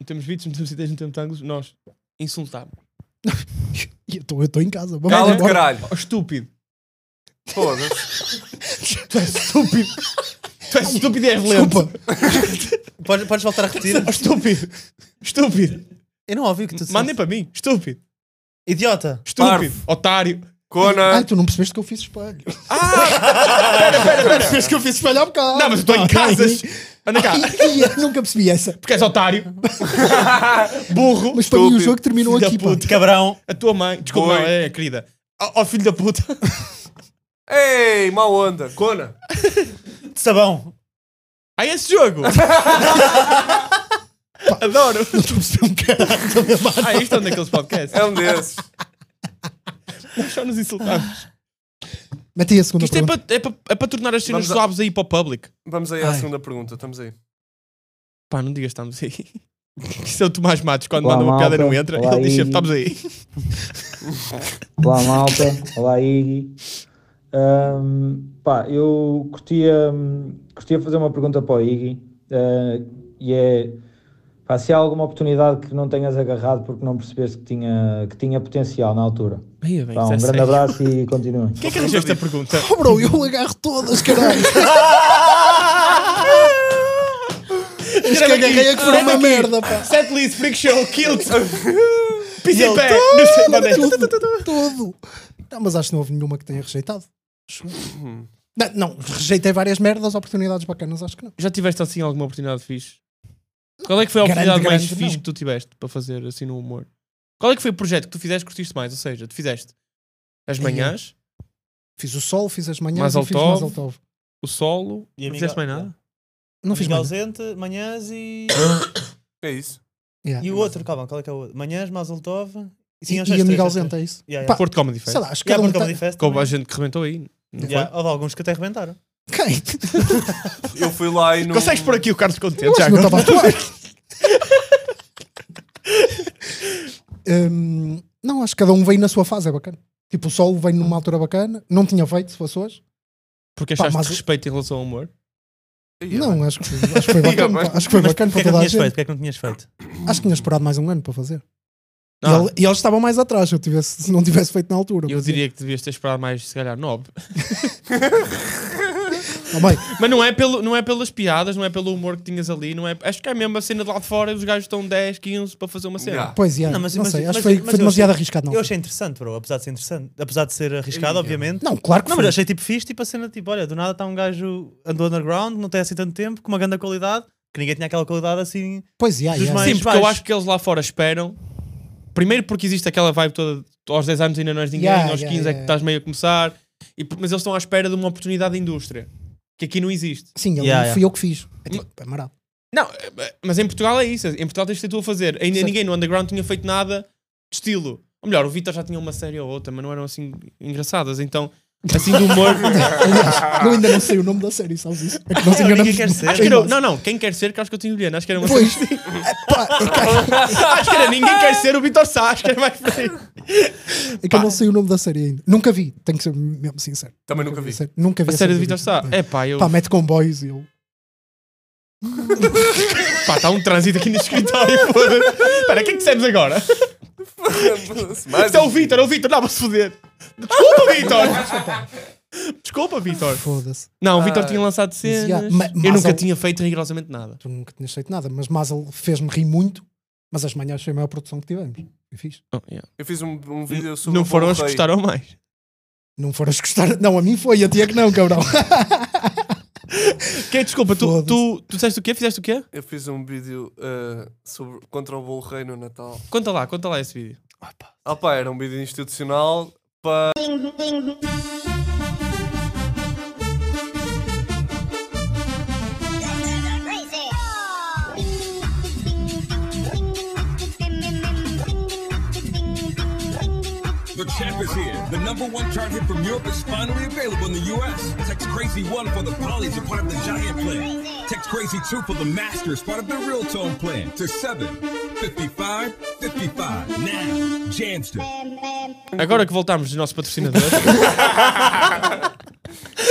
[SPEAKER 1] não temos beats, não temos ideias, não temos ângulos. Nós insultámos.
[SPEAKER 2] E Eu estou em casa. Vamos
[SPEAKER 3] Cala-te,
[SPEAKER 2] embora.
[SPEAKER 3] caralho.
[SPEAKER 1] Oh, estúpido.
[SPEAKER 3] Foda-se.
[SPEAKER 2] Tu és estúpido.
[SPEAKER 1] Tu és estúpido e és lento.
[SPEAKER 2] Desculpa.
[SPEAKER 4] Podes, podes voltar a repetir?
[SPEAKER 1] Oh, estúpido. Estúpido.
[SPEAKER 4] Eu não ouvi o que tu
[SPEAKER 1] Mandem
[SPEAKER 4] disseste.
[SPEAKER 1] para mim. Estúpido.
[SPEAKER 4] Idiota.
[SPEAKER 1] Estúpido. Otário.
[SPEAKER 2] Ai,
[SPEAKER 3] Conan.
[SPEAKER 2] tu não percebeste que eu fiz espelho.
[SPEAKER 1] Mas que eu fiz
[SPEAKER 2] Espelho há bocado.
[SPEAKER 1] Não, mas eu estou em
[SPEAKER 2] Ah,
[SPEAKER 1] casas.
[SPEAKER 2] ai,
[SPEAKER 1] Anda cá.
[SPEAKER 2] ai, ai, nunca percebi essa.
[SPEAKER 1] Porque és otário. Burro.
[SPEAKER 2] Mas para mim o
[SPEAKER 3] Estúpido.
[SPEAKER 2] jogo terminou
[SPEAKER 1] Filho da
[SPEAKER 2] aqui, pá.
[SPEAKER 1] puta.
[SPEAKER 4] Cabrão.
[SPEAKER 1] A tua mãe. Desculpa,
[SPEAKER 3] Boi.
[SPEAKER 1] não, é, querida. Ó ó, filho da puta.
[SPEAKER 3] Ei, mau onda. Conan.
[SPEAKER 4] De sabão.
[SPEAKER 1] Há esse jogo. Adoro.
[SPEAKER 2] Não estou a perceber um caralho também, mano.
[SPEAKER 1] Ah, isto é um daqueles podcasts.
[SPEAKER 3] É um desses.
[SPEAKER 1] Nós só nos insultamos.
[SPEAKER 2] Mete aí a segunda
[SPEAKER 1] Isto é
[SPEAKER 2] pergunta.
[SPEAKER 1] para é pa, é pa tornar as cenas
[SPEAKER 3] Vamos a-
[SPEAKER 1] suaves aí para o público.
[SPEAKER 3] Vamos aí à segunda pergunta. Estamos aí.
[SPEAKER 1] Pá, não digas estamos aí. Isso é o Tomás Matos, quando
[SPEAKER 8] Olá,
[SPEAKER 1] manda uma piada e não
[SPEAKER 8] malta.
[SPEAKER 1] entra,
[SPEAKER 8] Olá,
[SPEAKER 1] ele diz sempre
[SPEAKER 8] Iggy.
[SPEAKER 1] estamos aí.
[SPEAKER 8] Olá malta, olá Iggy. Ahm, pá, eu curtia, curtia fazer uma pergunta para o Iggy ah, e é pá, se há alguma oportunidade que não tenhas agarrado porque não percebeste que tinha, que tinha potencial na altura.
[SPEAKER 1] Aí, bem,
[SPEAKER 8] Pá, um
[SPEAKER 1] isso é
[SPEAKER 8] grande
[SPEAKER 1] sério.
[SPEAKER 8] abraço e continuem.
[SPEAKER 1] Quem é que arranjou esta pergunta?
[SPEAKER 2] Oh, bro, eu agarro todas, caralho. As que agarrei é que foram uma merda, pá.
[SPEAKER 1] Setlist, Freak Show, Kilt, Pizza em Pé, não sei onde é.
[SPEAKER 2] Tudo, tudo. Não, mas acho que não houve nenhuma que tenha rejeitado. Acho eu.
[SPEAKER 1] Uhum.
[SPEAKER 2] Não, não, rejeitei várias merdas, oportunidades bacanas, acho que não.
[SPEAKER 1] Já tiveste assim alguma oportunidade fixe? Qual é que foi a
[SPEAKER 2] Grande,
[SPEAKER 1] oportunidade mais
[SPEAKER 2] grande,
[SPEAKER 1] fixe
[SPEAKER 2] não.
[SPEAKER 1] que tu tiveste para fazer assim no humor? Qual é que foi o projeto que tu fizeste que curtiste mais? Ou seja, tu fizeste as
[SPEAKER 2] Ei,
[SPEAKER 1] manhãs,
[SPEAKER 2] Fiz o sol, fiz as manhãs
[SPEAKER 1] Mais
[SPEAKER 2] e fiz
[SPEAKER 1] Altov.
[SPEAKER 2] mais altov.
[SPEAKER 1] o solo,
[SPEAKER 4] E
[SPEAKER 1] não
[SPEAKER 4] amiga-
[SPEAKER 1] fizeste mais nada?
[SPEAKER 2] Ah, Não fiz
[SPEAKER 4] Amiga
[SPEAKER 2] mais.
[SPEAKER 4] ausente, manhãs e.
[SPEAKER 3] É isso.
[SPEAKER 2] Yeah.
[SPEAKER 4] e o outro, calma, qual é que é o outro? Manhãs, Mazeltov.
[SPEAKER 2] E, e amiga ausente, é isso?
[SPEAKER 4] Yeah,
[SPEAKER 2] Pá,
[SPEAKER 4] yeah.
[SPEAKER 1] Porto Comedy Fest.
[SPEAKER 2] Sei lá, acho que
[SPEAKER 4] E há
[SPEAKER 2] cada um
[SPEAKER 4] Porto
[SPEAKER 2] tem...
[SPEAKER 4] Comedy Fest.
[SPEAKER 1] Como
[SPEAKER 4] também.
[SPEAKER 1] a gente que rebentou aí. Não
[SPEAKER 4] Yeah, Houve alguns que até arrebentaram.
[SPEAKER 2] Quem?
[SPEAKER 3] Eu fui lá e não.
[SPEAKER 1] foi? Consegues pôr aqui o Carlos
[SPEAKER 2] Eu
[SPEAKER 1] Contente?
[SPEAKER 2] acho
[SPEAKER 1] Já
[SPEAKER 2] que não
[SPEAKER 1] agora?
[SPEAKER 2] estava a atuar. Hum, não, acho que cada um veio na sua fase, é bacana. Tipo, o sol veio
[SPEAKER 1] Uhum.
[SPEAKER 2] numa altura bacana. Não tinha feito, se fosse hoje.
[SPEAKER 1] Porque
[SPEAKER 2] Pá,
[SPEAKER 1] achaste
[SPEAKER 2] mas-
[SPEAKER 1] respeito em relação ao humor?
[SPEAKER 3] Ih,
[SPEAKER 2] Não, acho que, acho que foi bacana. pá. acho que foi
[SPEAKER 4] Mas
[SPEAKER 2] bacana para
[SPEAKER 4] porquê é que
[SPEAKER 2] toda
[SPEAKER 4] não
[SPEAKER 2] a
[SPEAKER 4] tinhas
[SPEAKER 2] gente.
[SPEAKER 4] feito? Porquê é que não tinhas feito?
[SPEAKER 2] Acho que tinha esperado mais um ano para fazer. E
[SPEAKER 1] Ah.
[SPEAKER 2] ele- E, eles estavam mais atrás, se eu tivesse, se não tivesse feito na altura.
[SPEAKER 1] Eu
[SPEAKER 2] mas-
[SPEAKER 1] diria que devias ter esperado mais, se calhar, nove.
[SPEAKER 2] Ah, bem,
[SPEAKER 1] Mas não é, pelo, não é pelas piadas, não é pelo humor que tinhas ali, não é... Acho que é mesmo a cena de lá de fora, os gajos estão 10, 15 para fazer uma cena.
[SPEAKER 3] Yeah.
[SPEAKER 2] pois é,
[SPEAKER 4] Não,
[SPEAKER 2] não,
[SPEAKER 4] mas- mas-
[SPEAKER 2] sei,
[SPEAKER 4] mas-
[SPEAKER 2] acho que foi,
[SPEAKER 4] mas
[SPEAKER 2] foi
[SPEAKER 4] eu
[SPEAKER 2] demasiado
[SPEAKER 4] achei-
[SPEAKER 2] arriscado. Não.
[SPEAKER 4] Eu achei interessante, bro, apesar de ser interessante. Apesar de ser arriscado, obviamente.
[SPEAKER 2] não, claro que
[SPEAKER 4] Não,
[SPEAKER 2] foi.
[SPEAKER 4] mas achei tipo fixe, tipo a cena, tipo, olha, do nada está um gajo andou underground, não tem assim tanto tempo, com uma grande qualidade, que ninguém tinha aquela qualidade assim.
[SPEAKER 2] Pois é,
[SPEAKER 4] dos
[SPEAKER 2] é,
[SPEAKER 4] mais-
[SPEAKER 2] sim.
[SPEAKER 1] Sim, porque eu
[SPEAKER 4] baixo.
[SPEAKER 1] acho que eles lá fora esperam. Primeiro porque existe aquela vibe toda de aos 10 anos ainda não és ninguém,
[SPEAKER 2] Yeah,
[SPEAKER 1] aos 15
[SPEAKER 2] yeah,
[SPEAKER 1] é que
[SPEAKER 2] yeah.
[SPEAKER 1] estás meio a começar. E por- mas eles estão à espera de uma oportunidade de indústria. Que aqui não existe.
[SPEAKER 2] Sim, ele,
[SPEAKER 4] Yeah, yeah.
[SPEAKER 2] fui eu que fiz. É tipo, é marado.
[SPEAKER 1] Não, eh, mas em Portugal é isso. Em Portugal tens de ser tu a fazer. Ainda
[SPEAKER 2] Certo.
[SPEAKER 1] ninguém no underground tinha feito nada de estilo. Ou melhor, o Vitor já tinha uma série ou outra, mas não eram assim engraçadas. Então, assim do humor.
[SPEAKER 2] Aliás, eu ainda não sei o nome da série, sabes isso? É que nós
[SPEAKER 4] ninguém
[SPEAKER 2] enganamos.
[SPEAKER 4] quer ser.
[SPEAKER 1] acho que era, o- não, não, quem quer ser, Carlos Coutinho Vilhena. Acho que era uma
[SPEAKER 2] Pois, Epá, é, que,
[SPEAKER 1] Acho que era ninguém quer ser o Vitor Sá. Acho que era mais por aí.
[SPEAKER 2] é que eu não sei o nome da série ainda. Nunca vi, tenho que ser mesmo sincero.
[SPEAKER 3] Também nunca vi.
[SPEAKER 2] Sério, Nunca vi
[SPEAKER 1] A série do Vitor Sá.
[SPEAKER 2] É.
[SPEAKER 1] É pá, eu.
[SPEAKER 2] Pá, mete comboios e eu.
[SPEAKER 1] Pá, está um trânsito aqui no escritório. foda-se. Espera, quem dissemos agora? Isto
[SPEAKER 3] Mas
[SPEAKER 1] é
[SPEAKER 2] um.
[SPEAKER 1] o Vitor, é o Vitor, dá para se foder. Desculpa, Vitor! Desculpa, Vitor.
[SPEAKER 2] Foda-se.
[SPEAKER 1] Não, o Vitor tinha lançado cenas.
[SPEAKER 2] yeah, ma-
[SPEAKER 1] eu
[SPEAKER 2] Ah, mas
[SPEAKER 1] nunca
[SPEAKER 2] ao-
[SPEAKER 1] tinha feito rigorosamente nada.
[SPEAKER 2] Tu nunca tinhas feito nada, mas Mazel fez-me rir muito. Mas as manhãs foi a maior produção que tivemos. Eu fiz.
[SPEAKER 1] Oh, yeah.
[SPEAKER 3] eu fiz um, um vídeo sobre.
[SPEAKER 1] Não
[SPEAKER 3] o
[SPEAKER 1] foram os que
[SPEAKER 3] Bom Rei.
[SPEAKER 1] gostaram mais.
[SPEAKER 2] Não foras gostar. Não, a mim foi, a ti é que não, cabrão.
[SPEAKER 1] Que, desculpa, tu,
[SPEAKER 2] Foda-se.
[SPEAKER 1] tu, tu disseste o quê? Fizeste o quê?
[SPEAKER 3] Eu fiz um vídeo eh, sobre, contra o Bolo Rei no Natal.
[SPEAKER 1] Conta lá, conta lá esse vídeo.
[SPEAKER 3] Ah pá, era um vídeo institucional para.
[SPEAKER 6] The champ is here. The number one chart hit from Europe is finally available in the U.S. Text Crazy 1 for the Polys are part of the Giant Plan. Text Crazy 2 for the Masters, part of the Real Tone Plan. To 7, 55, 55. Now, Jamster.
[SPEAKER 1] Agora que voltámos do nosso patrocinador.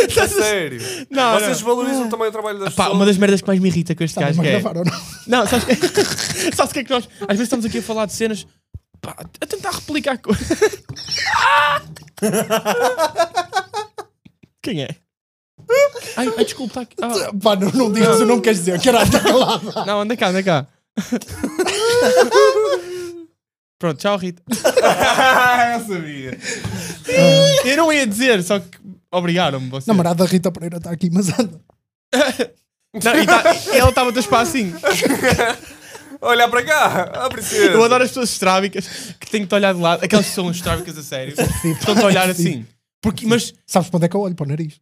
[SPEAKER 3] A sério.
[SPEAKER 1] Não,
[SPEAKER 3] Vocês
[SPEAKER 1] não.
[SPEAKER 3] valorizam também o trabalho das
[SPEAKER 1] Pá,
[SPEAKER 3] pessoas.
[SPEAKER 1] uma das merdas que mais me irrita com este
[SPEAKER 2] Estávamos
[SPEAKER 1] gajo
[SPEAKER 2] a
[SPEAKER 1] é.
[SPEAKER 2] Tá, gravar ou não?
[SPEAKER 1] Não, sabes que... sabes o que é que nós. Às vezes estamos aqui a falar de cenas. Pá, a tentar replicar coisas. Quem é? Ai, ai desculpa, tá aqui. Ah,
[SPEAKER 2] Pá, não, não digas o nome que queres dizer. Caralho, está calado.
[SPEAKER 1] não, anda cá, anda cá. Pronto, tchau, Rita.
[SPEAKER 3] Ah, eu sabia.
[SPEAKER 1] Eu não ia dizer, só que obrigaram-me. vocês.
[SPEAKER 2] Namorada Rita Pereira está aqui, mas anda.
[SPEAKER 1] Não, e tá- e ela estava a teu assim.
[SPEAKER 3] Olha para cá, a princesa.
[SPEAKER 1] Eu adoro as pessoas estrábicas que têm que te olhar de lado. Aquelas que são estrábicas a sério. Estão-te a olhar assim. Porque, mas
[SPEAKER 2] Tipo, Sabes para onde é que eu olho? Para o nariz.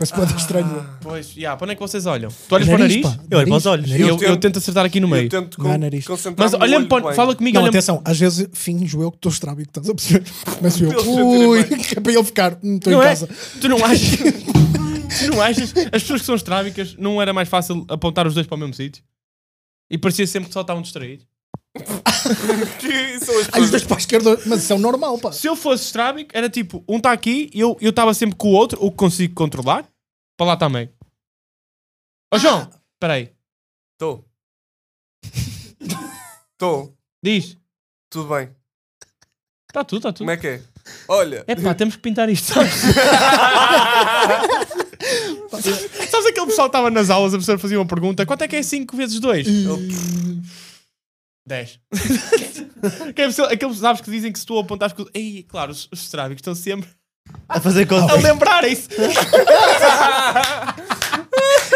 [SPEAKER 2] Parece para estranho.
[SPEAKER 1] Pois, yeah, para onde é que vocês olham? Tu olhas para o nariz?
[SPEAKER 2] pá,
[SPEAKER 4] Eu olho para os olhos.
[SPEAKER 1] Eu,
[SPEAKER 2] nariz.
[SPEAKER 1] eu
[SPEAKER 3] tento-
[SPEAKER 1] tento, acertar aqui no meio.
[SPEAKER 3] Eu tento
[SPEAKER 2] Não há
[SPEAKER 3] con
[SPEAKER 2] nariz.
[SPEAKER 1] Mas
[SPEAKER 3] concentrar-me no
[SPEAKER 1] olha-me,
[SPEAKER 3] olho
[SPEAKER 1] para-
[SPEAKER 3] bem.
[SPEAKER 1] fala comigo,
[SPEAKER 2] Não,
[SPEAKER 1] olha-me.
[SPEAKER 2] atenção, às vezes finjo eu que estou estrábico, estás a perceber? Mas eu,
[SPEAKER 3] Para eles sentirem
[SPEAKER 2] ui,
[SPEAKER 3] bem.
[SPEAKER 2] que é para ele ficar, hum, estou em
[SPEAKER 1] Não é?
[SPEAKER 2] casa.
[SPEAKER 1] Tu não achas? tu não achas? As pessoas que são estrábicas, não era mais fácil apontar os dois para o mesmo sítio? E parecia sempre que só estavam distraídos.
[SPEAKER 3] Que são
[SPEAKER 2] Ai, os
[SPEAKER 3] as pessoas.
[SPEAKER 2] dois para a esquerda, mas isso é o normal, pá.
[SPEAKER 1] Se eu fosse estrábico, era tipo, um está aqui e eu eu estava sempre com o outro, o que consigo controlar, para lá também. Ó João,
[SPEAKER 2] Ah.
[SPEAKER 1] espera aí,
[SPEAKER 3] Estou. Estou.
[SPEAKER 1] diz.
[SPEAKER 3] Tudo bem.
[SPEAKER 1] Está tudo, está tudo.
[SPEAKER 3] Como é que é? Olha.
[SPEAKER 1] É pá, temos que pintar isto, sabes? sabes aquele pessoal que estava nas aulas, a professora fazia uma pergunta: quanto é que é 5 vezes 2? 10. é Aqueles sabes que dizem que se tu apontares com. Ei, claro, os, os estrábicos estão sempre
[SPEAKER 4] A
[SPEAKER 2] Ah,
[SPEAKER 4] fazer
[SPEAKER 1] a
[SPEAKER 4] contas.
[SPEAKER 1] lembrarem-se.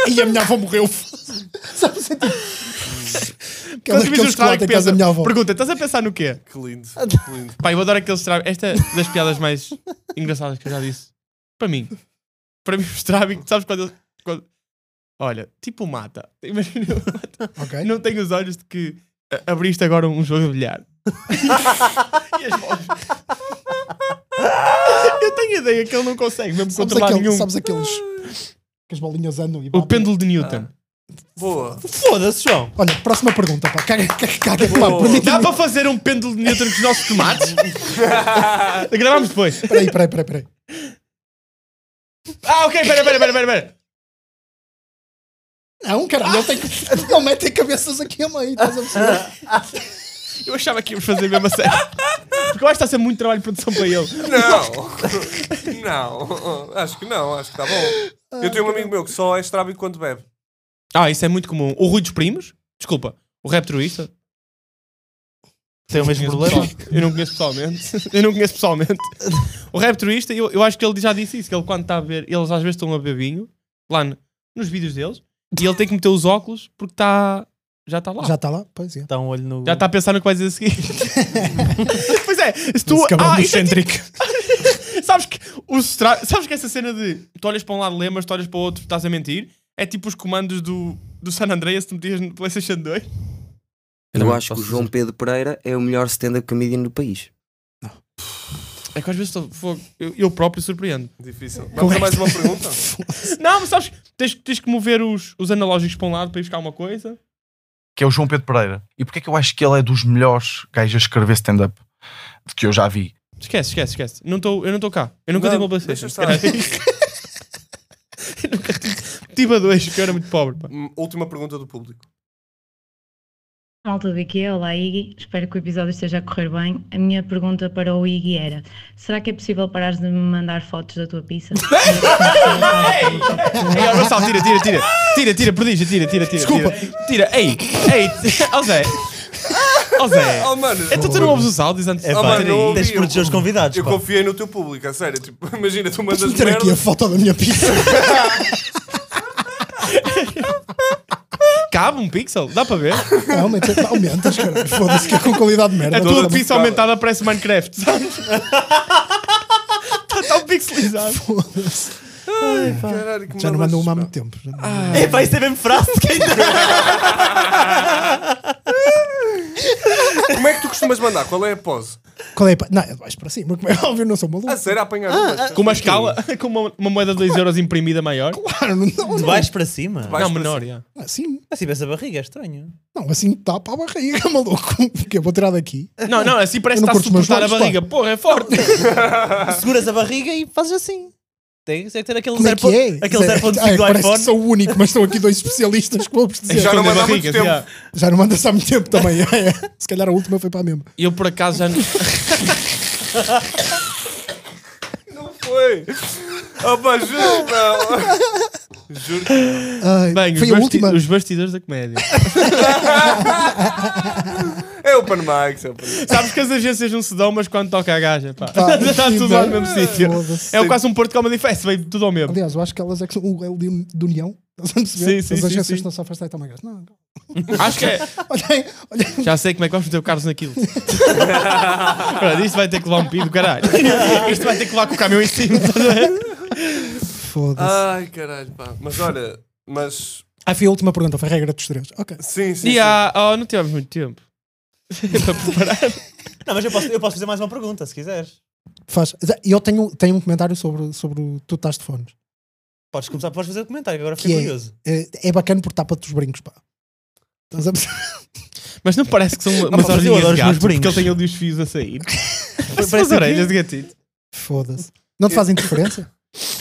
[SPEAKER 2] E a minha avó morreu. Sabes? É tipo... Aquelas
[SPEAKER 1] Quando vês um
[SPEAKER 2] aqueles
[SPEAKER 1] estrábico,
[SPEAKER 2] que pensa,
[SPEAKER 1] pensa.
[SPEAKER 2] da minha avó.
[SPEAKER 1] Pergunta: estás a pensar no quê?
[SPEAKER 3] Que lindo. Que lindo.
[SPEAKER 1] Pá, eu adoro aqueles estrábicos. Esta é das piadas mais engraçadas que eu já disse. Para mim. Para mim, o estrábico, sabes quando ele. quando- Olha, tipo o mata. Imagina o mata.
[SPEAKER 2] Ok?
[SPEAKER 1] Não tenho os olhos de que a- abriste agora um jogo de bilhar. e as vozes. Eu tenho a ideia que ele não consegue mesmo
[SPEAKER 2] Sabes,
[SPEAKER 1] controlar
[SPEAKER 2] aquele-
[SPEAKER 1] nenhum.
[SPEAKER 2] sabes aqueles que as bolinhas andam e
[SPEAKER 1] O
[SPEAKER 2] batem?
[SPEAKER 1] pêndulo de Newton.
[SPEAKER 3] Boa.
[SPEAKER 4] Foda-se, João.
[SPEAKER 2] Olha, próxima pergunta, pá. Caga, caga, caga, pá.
[SPEAKER 3] Boa.
[SPEAKER 1] Dá
[SPEAKER 2] Permite-me.
[SPEAKER 1] para fazer um pêndulo de Newton com os nossos tomates? Gravamos depois.
[SPEAKER 2] Peraí, peraí, peraí, peraí.
[SPEAKER 1] Ah, ok, pera, pera, pera, pera, pera.
[SPEAKER 2] Não, É um caralho, ele tem que... Não metem cabeças aqui a meio, estás a perceber?
[SPEAKER 1] Eu achava que íamos fazer mesmo a sério. Porque eu acho que está a ser muito trabalho de produção para ele.
[SPEAKER 3] Não. não. Acho que não. Acho que está bom. Eu tenho um amigo meu que só é estrábico quando bebe.
[SPEAKER 1] Ah, isso é muito comum. O Rui dos Primos, desculpa, o rap truísta.
[SPEAKER 4] Tem o mesmo
[SPEAKER 1] Conheço
[SPEAKER 4] problema.
[SPEAKER 1] pessoal- Eu não conheço pessoalmente. Eu não conheço pessoalmente. O rap truísta, eu, eu acho que ele já disse isso, que ele quando está a ver, eles às vezes estão a beber vinho, lá no- nos vídeos deles, e ele tem que meter os óculos porque está... Já está lá.
[SPEAKER 2] Já está lá? Pois é.
[SPEAKER 4] Dá um olho no.
[SPEAKER 1] Já tá. está a pensar no que vai dizer a seguir. pois é, se tu...
[SPEAKER 2] Esse cabrão
[SPEAKER 1] Ah, isso é tipo-
[SPEAKER 2] excêntrico.
[SPEAKER 1] Sabes que, o stra- sabes que essa cena de tu olhas para um lado, lembras, tu olhas para o outro, estás a mentir? É tipo os comandos do, do San Andreas, tu metias no PlayStation 2.
[SPEAKER 9] Eu acho que o João Pedro Pereira é o melhor stand-up comedian do país.
[SPEAKER 1] É que às vezes estou- fogo, eu, eu próprio surpreendo.
[SPEAKER 3] Difícil. Vamos a mais uma pergunta?
[SPEAKER 1] Não, mas sabes, tens, tens que mover os, os analógicos para um lado para ir buscar uma coisa.
[SPEAKER 10] que é o João Pedro Pereira. E porquê é que eu acho que ele é dos melhores gajos a escrever stand-up de que eu já vi?
[SPEAKER 1] Esquece, esquece, esquece. Não tô, eu não estou cá. Eu nunca
[SPEAKER 3] Não,
[SPEAKER 1] tive uma
[SPEAKER 3] deixa
[SPEAKER 1] PlayStation.
[SPEAKER 3] estar.
[SPEAKER 1] Eu nunca tive- tive a dois, porque eu era muito pobre. pá.
[SPEAKER 3] Hum, Última pergunta do público.
[SPEAKER 11] Malta do BQ, olá Iggy, espero que o episódio esteja a correr bem. A minha pergunta para o Iggy era: será que é possível parares de me mandar fotos da tua pizza?
[SPEAKER 1] Ei, ó, Gonçalo, tira, tira, tira. Tira, tira, prodígio, tira, tira, tira. Desculpa. Tira, Tira. ei, ei. Ó Zé. Ó Zé.
[SPEAKER 3] Oh, mano.
[SPEAKER 1] Então tu não ouves os áudios antes
[SPEAKER 4] É
[SPEAKER 1] de
[SPEAKER 3] Oh,
[SPEAKER 4] pá,
[SPEAKER 3] mano, não ouvi,
[SPEAKER 4] tens de
[SPEAKER 3] eu-
[SPEAKER 4] proteger os convidados.
[SPEAKER 3] Eu
[SPEAKER 4] pá.
[SPEAKER 3] confiei no teu público, a sério. Tipo, imagina, tu
[SPEAKER 2] Vou
[SPEAKER 3] mandas
[SPEAKER 2] meter aqui a
[SPEAKER 3] merda.
[SPEAKER 2] foto da minha pizza.
[SPEAKER 1] Cabe um pixel? Dá para ver?
[SPEAKER 2] Não, aumenta, aumentas, caralho. Foda-se que é com qualidade de merda.
[SPEAKER 1] A tua
[SPEAKER 2] Tá-
[SPEAKER 1] pizza aumentada parece Minecraft, sabes? Está tão pixelizado.
[SPEAKER 2] Foda-se.
[SPEAKER 3] Caralho, que
[SPEAKER 2] Já não
[SPEAKER 3] merda.
[SPEAKER 2] mandou uma há muito tempo. Já não mandou.
[SPEAKER 4] É pá, isso é mesmo frase de quem
[SPEAKER 3] Como é que tu costumas mandar? Qual é a pose?
[SPEAKER 2] Qual é? a pa- Não, é de baixo para cima. Como é óbvio, eu não sou maluco.
[SPEAKER 3] A sério, a apanhar umas.
[SPEAKER 1] Com
[SPEAKER 2] é
[SPEAKER 1] uma escala, com uma, uma moeda de 2 euros imprimida maior.
[SPEAKER 2] Claro, não, não,
[SPEAKER 4] De
[SPEAKER 2] não.
[SPEAKER 4] baixo para cima.
[SPEAKER 3] baixo
[SPEAKER 1] Não,
[SPEAKER 3] para
[SPEAKER 1] menor, já.
[SPEAKER 2] Assim,
[SPEAKER 4] Assim, essa barriga é estranho.
[SPEAKER 2] não, assim tapa a barriga, maluco. Porque eu vou tirar daqui.
[SPEAKER 1] Não, não, assim parece
[SPEAKER 2] Eu
[SPEAKER 1] que
[SPEAKER 2] não
[SPEAKER 1] está a suportar a
[SPEAKER 2] curto os meus olhos,
[SPEAKER 1] barriga. Porra, é forte.
[SPEAKER 4] Seguras a barriga e fazes assim. Tem tem que ter aqueles
[SPEAKER 2] Como é que
[SPEAKER 4] AirPods
[SPEAKER 2] é?
[SPEAKER 4] aqueles
[SPEAKER 2] Zé,
[SPEAKER 4] AirPods
[SPEAKER 2] ah, é,
[SPEAKER 4] do
[SPEAKER 2] parece que
[SPEAKER 4] iPhone.
[SPEAKER 2] sou o único, mas estão aqui dois especialistas que vou-vos dizer.
[SPEAKER 3] Já não manda há muito
[SPEAKER 1] Barrigas,
[SPEAKER 3] tempo.
[SPEAKER 1] já.
[SPEAKER 2] Já não mandas há muito tempo também. é, é. Se calhar a última foi para a mesma.
[SPEAKER 1] Eu por acaso já. não-
[SPEAKER 3] Não foi. Ah, pá, juro que não. Juro que
[SPEAKER 2] Ai,
[SPEAKER 1] Bem, os,
[SPEAKER 2] foi a
[SPEAKER 1] basti-
[SPEAKER 2] última.
[SPEAKER 1] os bastidores da comédia.
[SPEAKER 3] É o Panamax. É o Panamax.
[SPEAKER 1] Sabes que as agências não se dão, mas quando toca a gaja, pá.
[SPEAKER 2] Pá,
[SPEAKER 1] Está tudo lá no mesmo
[SPEAKER 2] sim,
[SPEAKER 1] sítio.
[SPEAKER 2] foda-se.
[SPEAKER 1] É quase um Porto Comedy Fest, veio tudo ao mesmo.
[SPEAKER 2] Aliás, eu acho que elas é que são o L de, de União. Estás a perceber?
[SPEAKER 1] Sim, sim,
[SPEAKER 2] As
[SPEAKER 1] sim,
[SPEAKER 2] agências
[SPEAKER 1] sim.
[SPEAKER 2] estão só a afastar e estão mais gás. Não,
[SPEAKER 1] Acho que é.
[SPEAKER 2] olha aí, olha aí.
[SPEAKER 1] Já sei como é que vamos meter o Carlos naquilo. Pronto, isto vai ter que levar um pido, caralho. Isto vai ter que levar com o caminhão em cima. estás a ver?
[SPEAKER 2] Foda-se.
[SPEAKER 3] Ai, caralho, pá. Mas olha, mas.
[SPEAKER 2] Ah, foi a última pergunta, foi a regra dos três. Ok.
[SPEAKER 3] Sim, sim.
[SPEAKER 1] E há. Oh, não tivemos muito tempo. para preparar.
[SPEAKER 4] Não, mas eu posso, eu posso fazer mais uma pergunta, se quiseres.
[SPEAKER 2] Faz. E Eu tenho, tenho um comentário sobre, sobre o tu estás de fones.
[SPEAKER 4] Podes começar, podes fazer o comentário, que agora fiquei
[SPEAKER 2] Que é?
[SPEAKER 4] curioso.
[SPEAKER 2] É, é bacana porque tapa-te os brincos, pá. Estás a perceber?
[SPEAKER 1] Mas não parece que são
[SPEAKER 2] Não,
[SPEAKER 1] umas
[SPEAKER 2] Ah, mas eu
[SPEAKER 1] orelhinhas de
[SPEAKER 2] adoro os
[SPEAKER 1] gato,
[SPEAKER 2] meus
[SPEAKER 1] porque ele
[SPEAKER 2] brincos.
[SPEAKER 1] tem ali os fios a sair. Parece umas
[SPEAKER 2] Parece
[SPEAKER 1] orelhas de
[SPEAKER 2] aqui.
[SPEAKER 1] gatito.
[SPEAKER 2] Foda-se. Não te fazem diferença?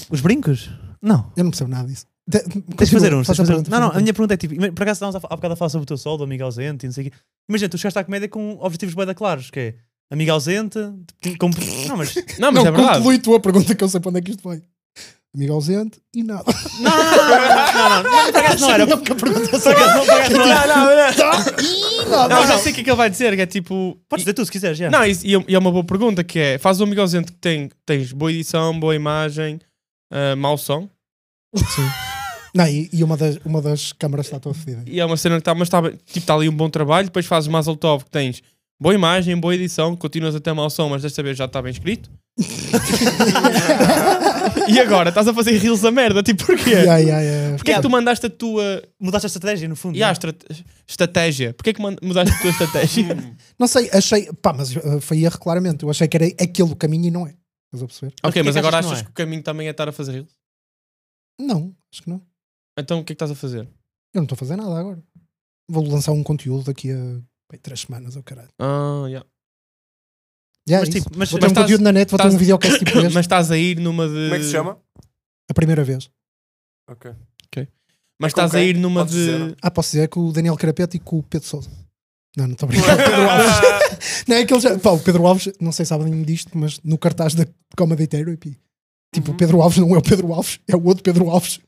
[SPEAKER 4] Os brincos? Não.
[SPEAKER 2] Eu não percebo nada disso. De-
[SPEAKER 4] Tens de
[SPEAKER 2] continua,
[SPEAKER 4] fazer uns.
[SPEAKER 2] faz
[SPEAKER 4] tens de
[SPEAKER 2] a pergunta,
[SPEAKER 4] fazer- Não,
[SPEAKER 2] faz a
[SPEAKER 4] não, a
[SPEAKER 2] pergunta.
[SPEAKER 4] minha pergunta é tipo: ima- por acaso estávamos há há bocado a falar sobre o teu sol, do amigo ausente e não sei o quê. Imagina, tu chegaste à comédia com objetivos bem da claros, que é amigo ausente, tipo, com... Não, mas.
[SPEAKER 1] Não, mas é verdade.
[SPEAKER 2] Conclui tu a pergunta que eu sei para onde é que isto vai. Amigo ausente e nada.
[SPEAKER 4] Não, não, não, não, não, não, por acaso não era.
[SPEAKER 2] Não, porque é a pergunta
[SPEAKER 4] Por acaso não, por acaso não era.
[SPEAKER 1] Não,
[SPEAKER 4] não,
[SPEAKER 1] mas eu
[SPEAKER 4] não.
[SPEAKER 1] sei o que é que ele vai dizer, que é tipo...
[SPEAKER 4] Podes dizer tu se quiseres, já.
[SPEAKER 1] Não, isso- e, é- e é uma boa pergunta, que é... Faz um amigo ausente que tem, tens boa edição, boa imagem, ah, mau som,
[SPEAKER 2] Não, e, e uma, das, uma das câmaras está toda fedida.
[SPEAKER 1] e é uma cena que está... Mas está bem- tipo, está ali um bom trabalho, depois fazes Mazel Tov, que tens boa imagem, boa edição, continuas até mau som, mas desta vez já está bem escrito. e agora? Estás a fazer reels da merda, tipo, porquê?
[SPEAKER 2] Yeah, yeah, yeah.
[SPEAKER 1] Porquê é que tu mandaste a tua...
[SPEAKER 4] Mudaste a estratégia, no fundo.
[SPEAKER 1] E a estra- estratégia? Porquê é que man- mudaste a tua estratégia?
[SPEAKER 2] Não sei, achei. Pá, mas uh, foi erro claramente. Eu achei que era aquele o caminho e não é. Estás a perceber?
[SPEAKER 1] ok, mas agora
[SPEAKER 4] não
[SPEAKER 1] achas
[SPEAKER 4] é?
[SPEAKER 1] que o caminho também é estar a fazer reels?
[SPEAKER 2] Não, acho que não.
[SPEAKER 1] Então o que é que estás a fazer?
[SPEAKER 2] Eu não estou a fazer nada agora. Vou lançar um conteúdo daqui a bem, três semanas ou caralho.
[SPEAKER 1] Ah, yeah.
[SPEAKER 2] Yeah,
[SPEAKER 4] Mas,
[SPEAKER 2] isso.
[SPEAKER 4] tipo, mas-
[SPEAKER 2] vou ter
[SPEAKER 1] mas
[SPEAKER 2] um
[SPEAKER 1] estás-
[SPEAKER 2] conteúdo na net, vou ter
[SPEAKER 1] estás-
[SPEAKER 2] um videocast tipo este,
[SPEAKER 1] Mas estás a ir numa de.
[SPEAKER 3] Como é que se chama?
[SPEAKER 2] a primeira vez.
[SPEAKER 3] Ok.
[SPEAKER 1] Mas
[SPEAKER 3] É com
[SPEAKER 1] estás a
[SPEAKER 3] quem?
[SPEAKER 1] ir numa
[SPEAKER 3] Podes
[SPEAKER 1] de.
[SPEAKER 3] dizer?
[SPEAKER 2] Ah, posso dizer com o Daniel Carapeto e com o Pedro Souza. Não, não estou a brincar. O Pedro Alves. não, é que ele já. Pá, o Pedro Alves, não sei se sabem disto, mas no cartaz da Comedy Therapy, tipo,
[SPEAKER 4] Uhum.
[SPEAKER 2] o Pedro Alves não é o Pedro Alves, é o outro Pedro Alves.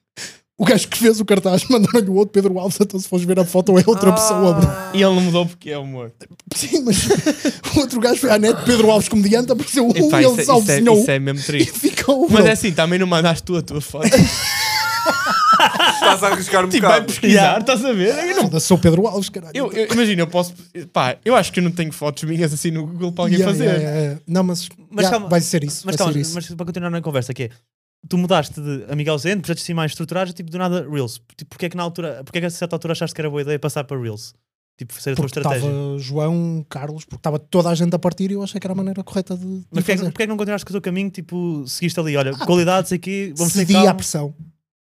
[SPEAKER 2] O gajo que fez o cartaz mandaram-lhe o outro Pedro Alves, então se fores ver a foto é
[SPEAKER 4] Ah.
[SPEAKER 2] outra pessoa, bro.
[SPEAKER 1] E ele não mudou porque é humor.
[SPEAKER 2] Sim, mas o outro gajo foi à net, Pedro Alves comediante, apareceu um e
[SPEAKER 1] Epá, isso, é,
[SPEAKER 2] ele
[SPEAKER 1] isso, é,
[SPEAKER 2] salvezinhou
[SPEAKER 1] isso é mesmo
[SPEAKER 2] e
[SPEAKER 1] triste.
[SPEAKER 2] ficou.
[SPEAKER 1] Mas
[SPEAKER 2] bro.
[SPEAKER 1] é assim, também não mandaste tu a tua foto.
[SPEAKER 3] Estás a arriscar um
[SPEAKER 1] tipo, vai
[SPEAKER 3] bocado.
[SPEAKER 1] pesquisar, estás a ver? Eu, não-
[SPEAKER 2] Foda-se, sou Pedro Alves, caralho.
[SPEAKER 1] eu, eu- imagina, eu posso. Pá, eu acho que eu não tenho fotos minhas assim no Google para alguém
[SPEAKER 2] Yeah,
[SPEAKER 1] fazer.
[SPEAKER 2] yeah, yeah, yeah. Não, mas,
[SPEAKER 4] Mas
[SPEAKER 2] yeah,
[SPEAKER 4] calma,
[SPEAKER 2] vai ser isso.
[SPEAKER 4] Mas
[SPEAKER 2] vai
[SPEAKER 4] calma,
[SPEAKER 2] ser isso.
[SPEAKER 4] mas para continuar na conversa, que é tu mudaste de amigo ausente, projetos assim mais estruturados, tipo do nada Reels. Tipo, porque é que na altura, porque é que a certa altura achaste que era boa ideia passar para Reels? Tipo, ser a tua
[SPEAKER 2] Porque estava
[SPEAKER 4] estratégia.
[SPEAKER 2] João, Carlos, porque estava toda a gente a partir e eu achei que era a maneira correta de, de
[SPEAKER 4] Mas porquê é, que-
[SPEAKER 2] fazer.
[SPEAKER 4] porquê é que não continuaste com o teu caminho? Tipo, seguiste ali, olha,
[SPEAKER 2] Ah,
[SPEAKER 4] qualidades aqui, vamos um- ter
[SPEAKER 2] Cedi à
[SPEAKER 4] calma,
[SPEAKER 2] pressão.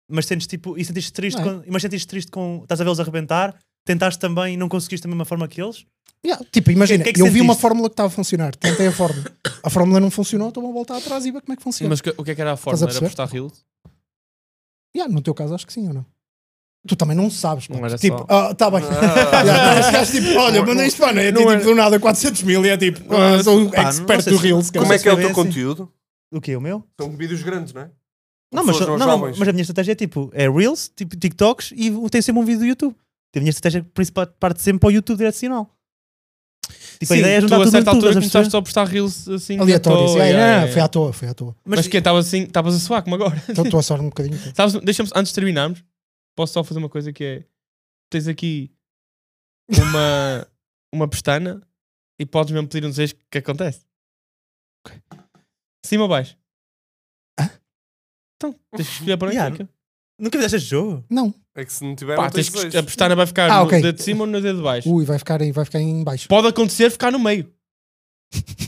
[SPEAKER 4] mas sentes tipo, e sentiste triste,
[SPEAKER 2] Não é?
[SPEAKER 4] com, mas sentiste triste com, estás a vê-los arrebentar, tentaste também e não conseguiste da mesma forma que eles?
[SPEAKER 2] Yeah, Tipo, imagina,
[SPEAKER 4] Que- que é que
[SPEAKER 2] eu vi uma
[SPEAKER 4] sentiste?
[SPEAKER 2] fórmula que estava a funcionar, tentei a fórmula. A fórmula não funcionou, estou a voltar atrás e ver como é que funciona.
[SPEAKER 1] Mas que- o que é que era a fórmula? Era
[SPEAKER 2] perceber?
[SPEAKER 1] postar reels?
[SPEAKER 2] Yeah, no teu caso, acho que sim ou não? Tu também não sabes, pá.
[SPEAKER 1] Não era
[SPEAKER 2] tipo,
[SPEAKER 1] só.
[SPEAKER 2] ah, tá bem. yeah, não, esse gajo, tipo, olha,
[SPEAKER 1] Não-
[SPEAKER 2] mandei isto, mano, é
[SPEAKER 1] não
[SPEAKER 2] tipo
[SPEAKER 1] era-
[SPEAKER 2] do nada 400 mil e é tipo, ah, sou um
[SPEAKER 4] Pá, não- não
[SPEAKER 2] expert
[SPEAKER 4] sei
[SPEAKER 2] do
[SPEAKER 4] se-
[SPEAKER 2] Reels.
[SPEAKER 4] não
[SPEAKER 3] Como
[SPEAKER 4] sei
[SPEAKER 3] é
[SPEAKER 4] se
[SPEAKER 3] que é o
[SPEAKER 4] foi
[SPEAKER 3] teu
[SPEAKER 4] assim.
[SPEAKER 3] conteúdo?
[SPEAKER 4] O que O meu?
[SPEAKER 3] São vídeos grandes, não é?
[SPEAKER 4] Não, mas,
[SPEAKER 3] Pessoas
[SPEAKER 4] não,
[SPEAKER 3] não
[SPEAKER 4] não,
[SPEAKER 3] jovens.
[SPEAKER 4] mas a minha estratégia é tipo, é Reels, tipo TikToks e tem sempre um vídeo do YouTube. Tipo, A minha estratégia principal parte sempre para o YouTube direcional. Tipo, a
[SPEAKER 1] Sim,
[SPEAKER 4] ideia é juntar
[SPEAKER 1] tu a
[SPEAKER 4] tudo no
[SPEAKER 1] certa
[SPEAKER 4] YouTube,
[SPEAKER 1] altura
[SPEAKER 4] estás a perceber?
[SPEAKER 1] começaste só a postar reels assim. à
[SPEAKER 2] Aleatório.
[SPEAKER 1] toa,
[SPEAKER 2] yeah,
[SPEAKER 1] yeah,
[SPEAKER 2] yeah,
[SPEAKER 1] yeah.
[SPEAKER 2] Foi à toa, foi à toa.
[SPEAKER 1] Mas que estavas assim, estavas a suar como agora.
[SPEAKER 2] Então estou a sorrir um bocadinho. então.
[SPEAKER 1] Sabes, deixa-me, antes de terminarmos, posso só fazer uma coisa que é: tens aqui uma, uma pestana e podes mesmo pedir um desejo que acontece. Cima ou baixo? Então, tens que escolher para onde
[SPEAKER 4] Yeah.
[SPEAKER 1] fica.
[SPEAKER 4] Nunca fizeste este jogo?
[SPEAKER 2] Não.
[SPEAKER 3] É que se não tiver,
[SPEAKER 1] Pá,
[SPEAKER 3] não
[SPEAKER 1] tens
[SPEAKER 3] tens
[SPEAKER 1] que,
[SPEAKER 3] dois.
[SPEAKER 1] escolher- a pestana vai ficar
[SPEAKER 2] Ah,
[SPEAKER 1] no
[SPEAKER 2] ok.
[SPEAKER 1] dedo de cima ou no dedo de baixo.
[SPEAKER 2] Ui, vai ficar aí, vai ficar aí em baixo.
[SPEAKER 1] Pode acontecer ficar no meio.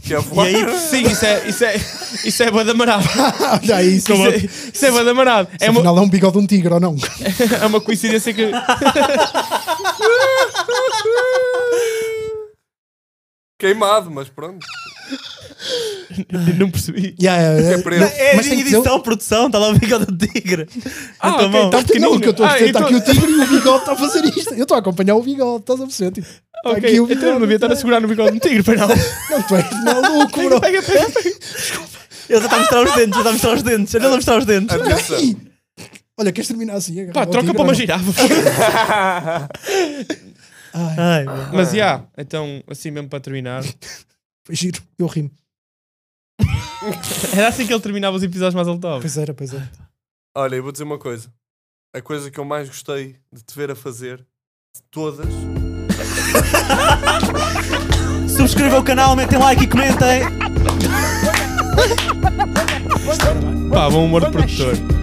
[SPEAKER 3] Que é voar.
[SPEAKER 4] E aí-
[SPEAKER 1] Sim, isso é, isso é, isso é bué de amarado.
[SPEAKER 2] Olha aí, Ah, isso.
[SPEAKER 1] Isso é, isso é bué de amarado. É
[SPEAKER 2] É
[SPEAKER 1] uma,
[SPEAKER 2] Afinal é um bigode de um tigre ou não?
[SPEAKER 1] é uma coincidência que.
[SPEAKER 3] Queimado, mas pronto.
[SPEAKER 1] Não percebi.
[SPEAKER 2] Yeah, yeah,
[SPEAKER 3] É preto.
[SPEAKER 4] É
[SPEAKER 2] Mas tem que dizer-
[SPEAKER 1] um
[SPEAKER 4] edição, produção, está lá o bigode do tigre.
[SPEAKER 1] Ah,
[SPEAKER 4] Então,
[SPEAKER 1] ok,
[SPEAKER 4] bom.
[SPEAKER 1] tá
[SPEAKER 2] Não, não, o que eu estou a
[SPEAKER 1] Ah,
[SPEAKER 2] dizer está
[SPEAKER 1] então-
[SPEAKER 2] aqui o tigre e o bigode está a fazer isto. Eu estou a acompanhar o bigode, estás a perceber? Tipo, tá
[SPEAKER 1] Ok,
[SPEAKER 2] aqui o
[SPEAKER 1] então eu não devia estar a segurar no bigode de um tigre, para não.
[SPEAKER 2] Não, tu és maluco, bro.
[SPEAKER 1] Pega, pega, pega.
[SPEAKER 4] Ele já está a mostrar os dentes, já está a mostrar os dentes. Ele já está a mostrar os dentes.
[SPEAKER 3] Atenção.
[SPEAKER 2] Ei! Olha, queres terminar assim?
[SPEAKER 1] Pá,
[SPEAKER 2] agarrar o
[SPEAKER 1] troca
[SPEAKER 2] tigre
[SPEAKER 1] para
[SPEAKER 2] ou
[SPEAKER 1] uma
[SPEAKER 2] não?
[SPEAKER 1] girafa.
[SPEAKER 2] Ai,
[SPEAKER 1] Ah.
[SPEAKER 4] Ai, meu.
[SPEAKER 1] Mas já, então, assim mesmo para terminar.
[SPEAKER 2] foi giro, eu rimo.
[SPEAKER 1] Era assim que ele terminava os episódios mais altos.
[SPEAKER 2] Pois era, pois era.
[SPEAKER 3] Olha, eu vou dizer uma coisa. A coisa que eu mais gostei de te ver a fazer, de todas,
[SPEAKER 1] Ah.
[SPEAKER 4] Subscrevam o canal, metem like e comentem.
[SPEAKER 1] Pá, bom um humor de produtor.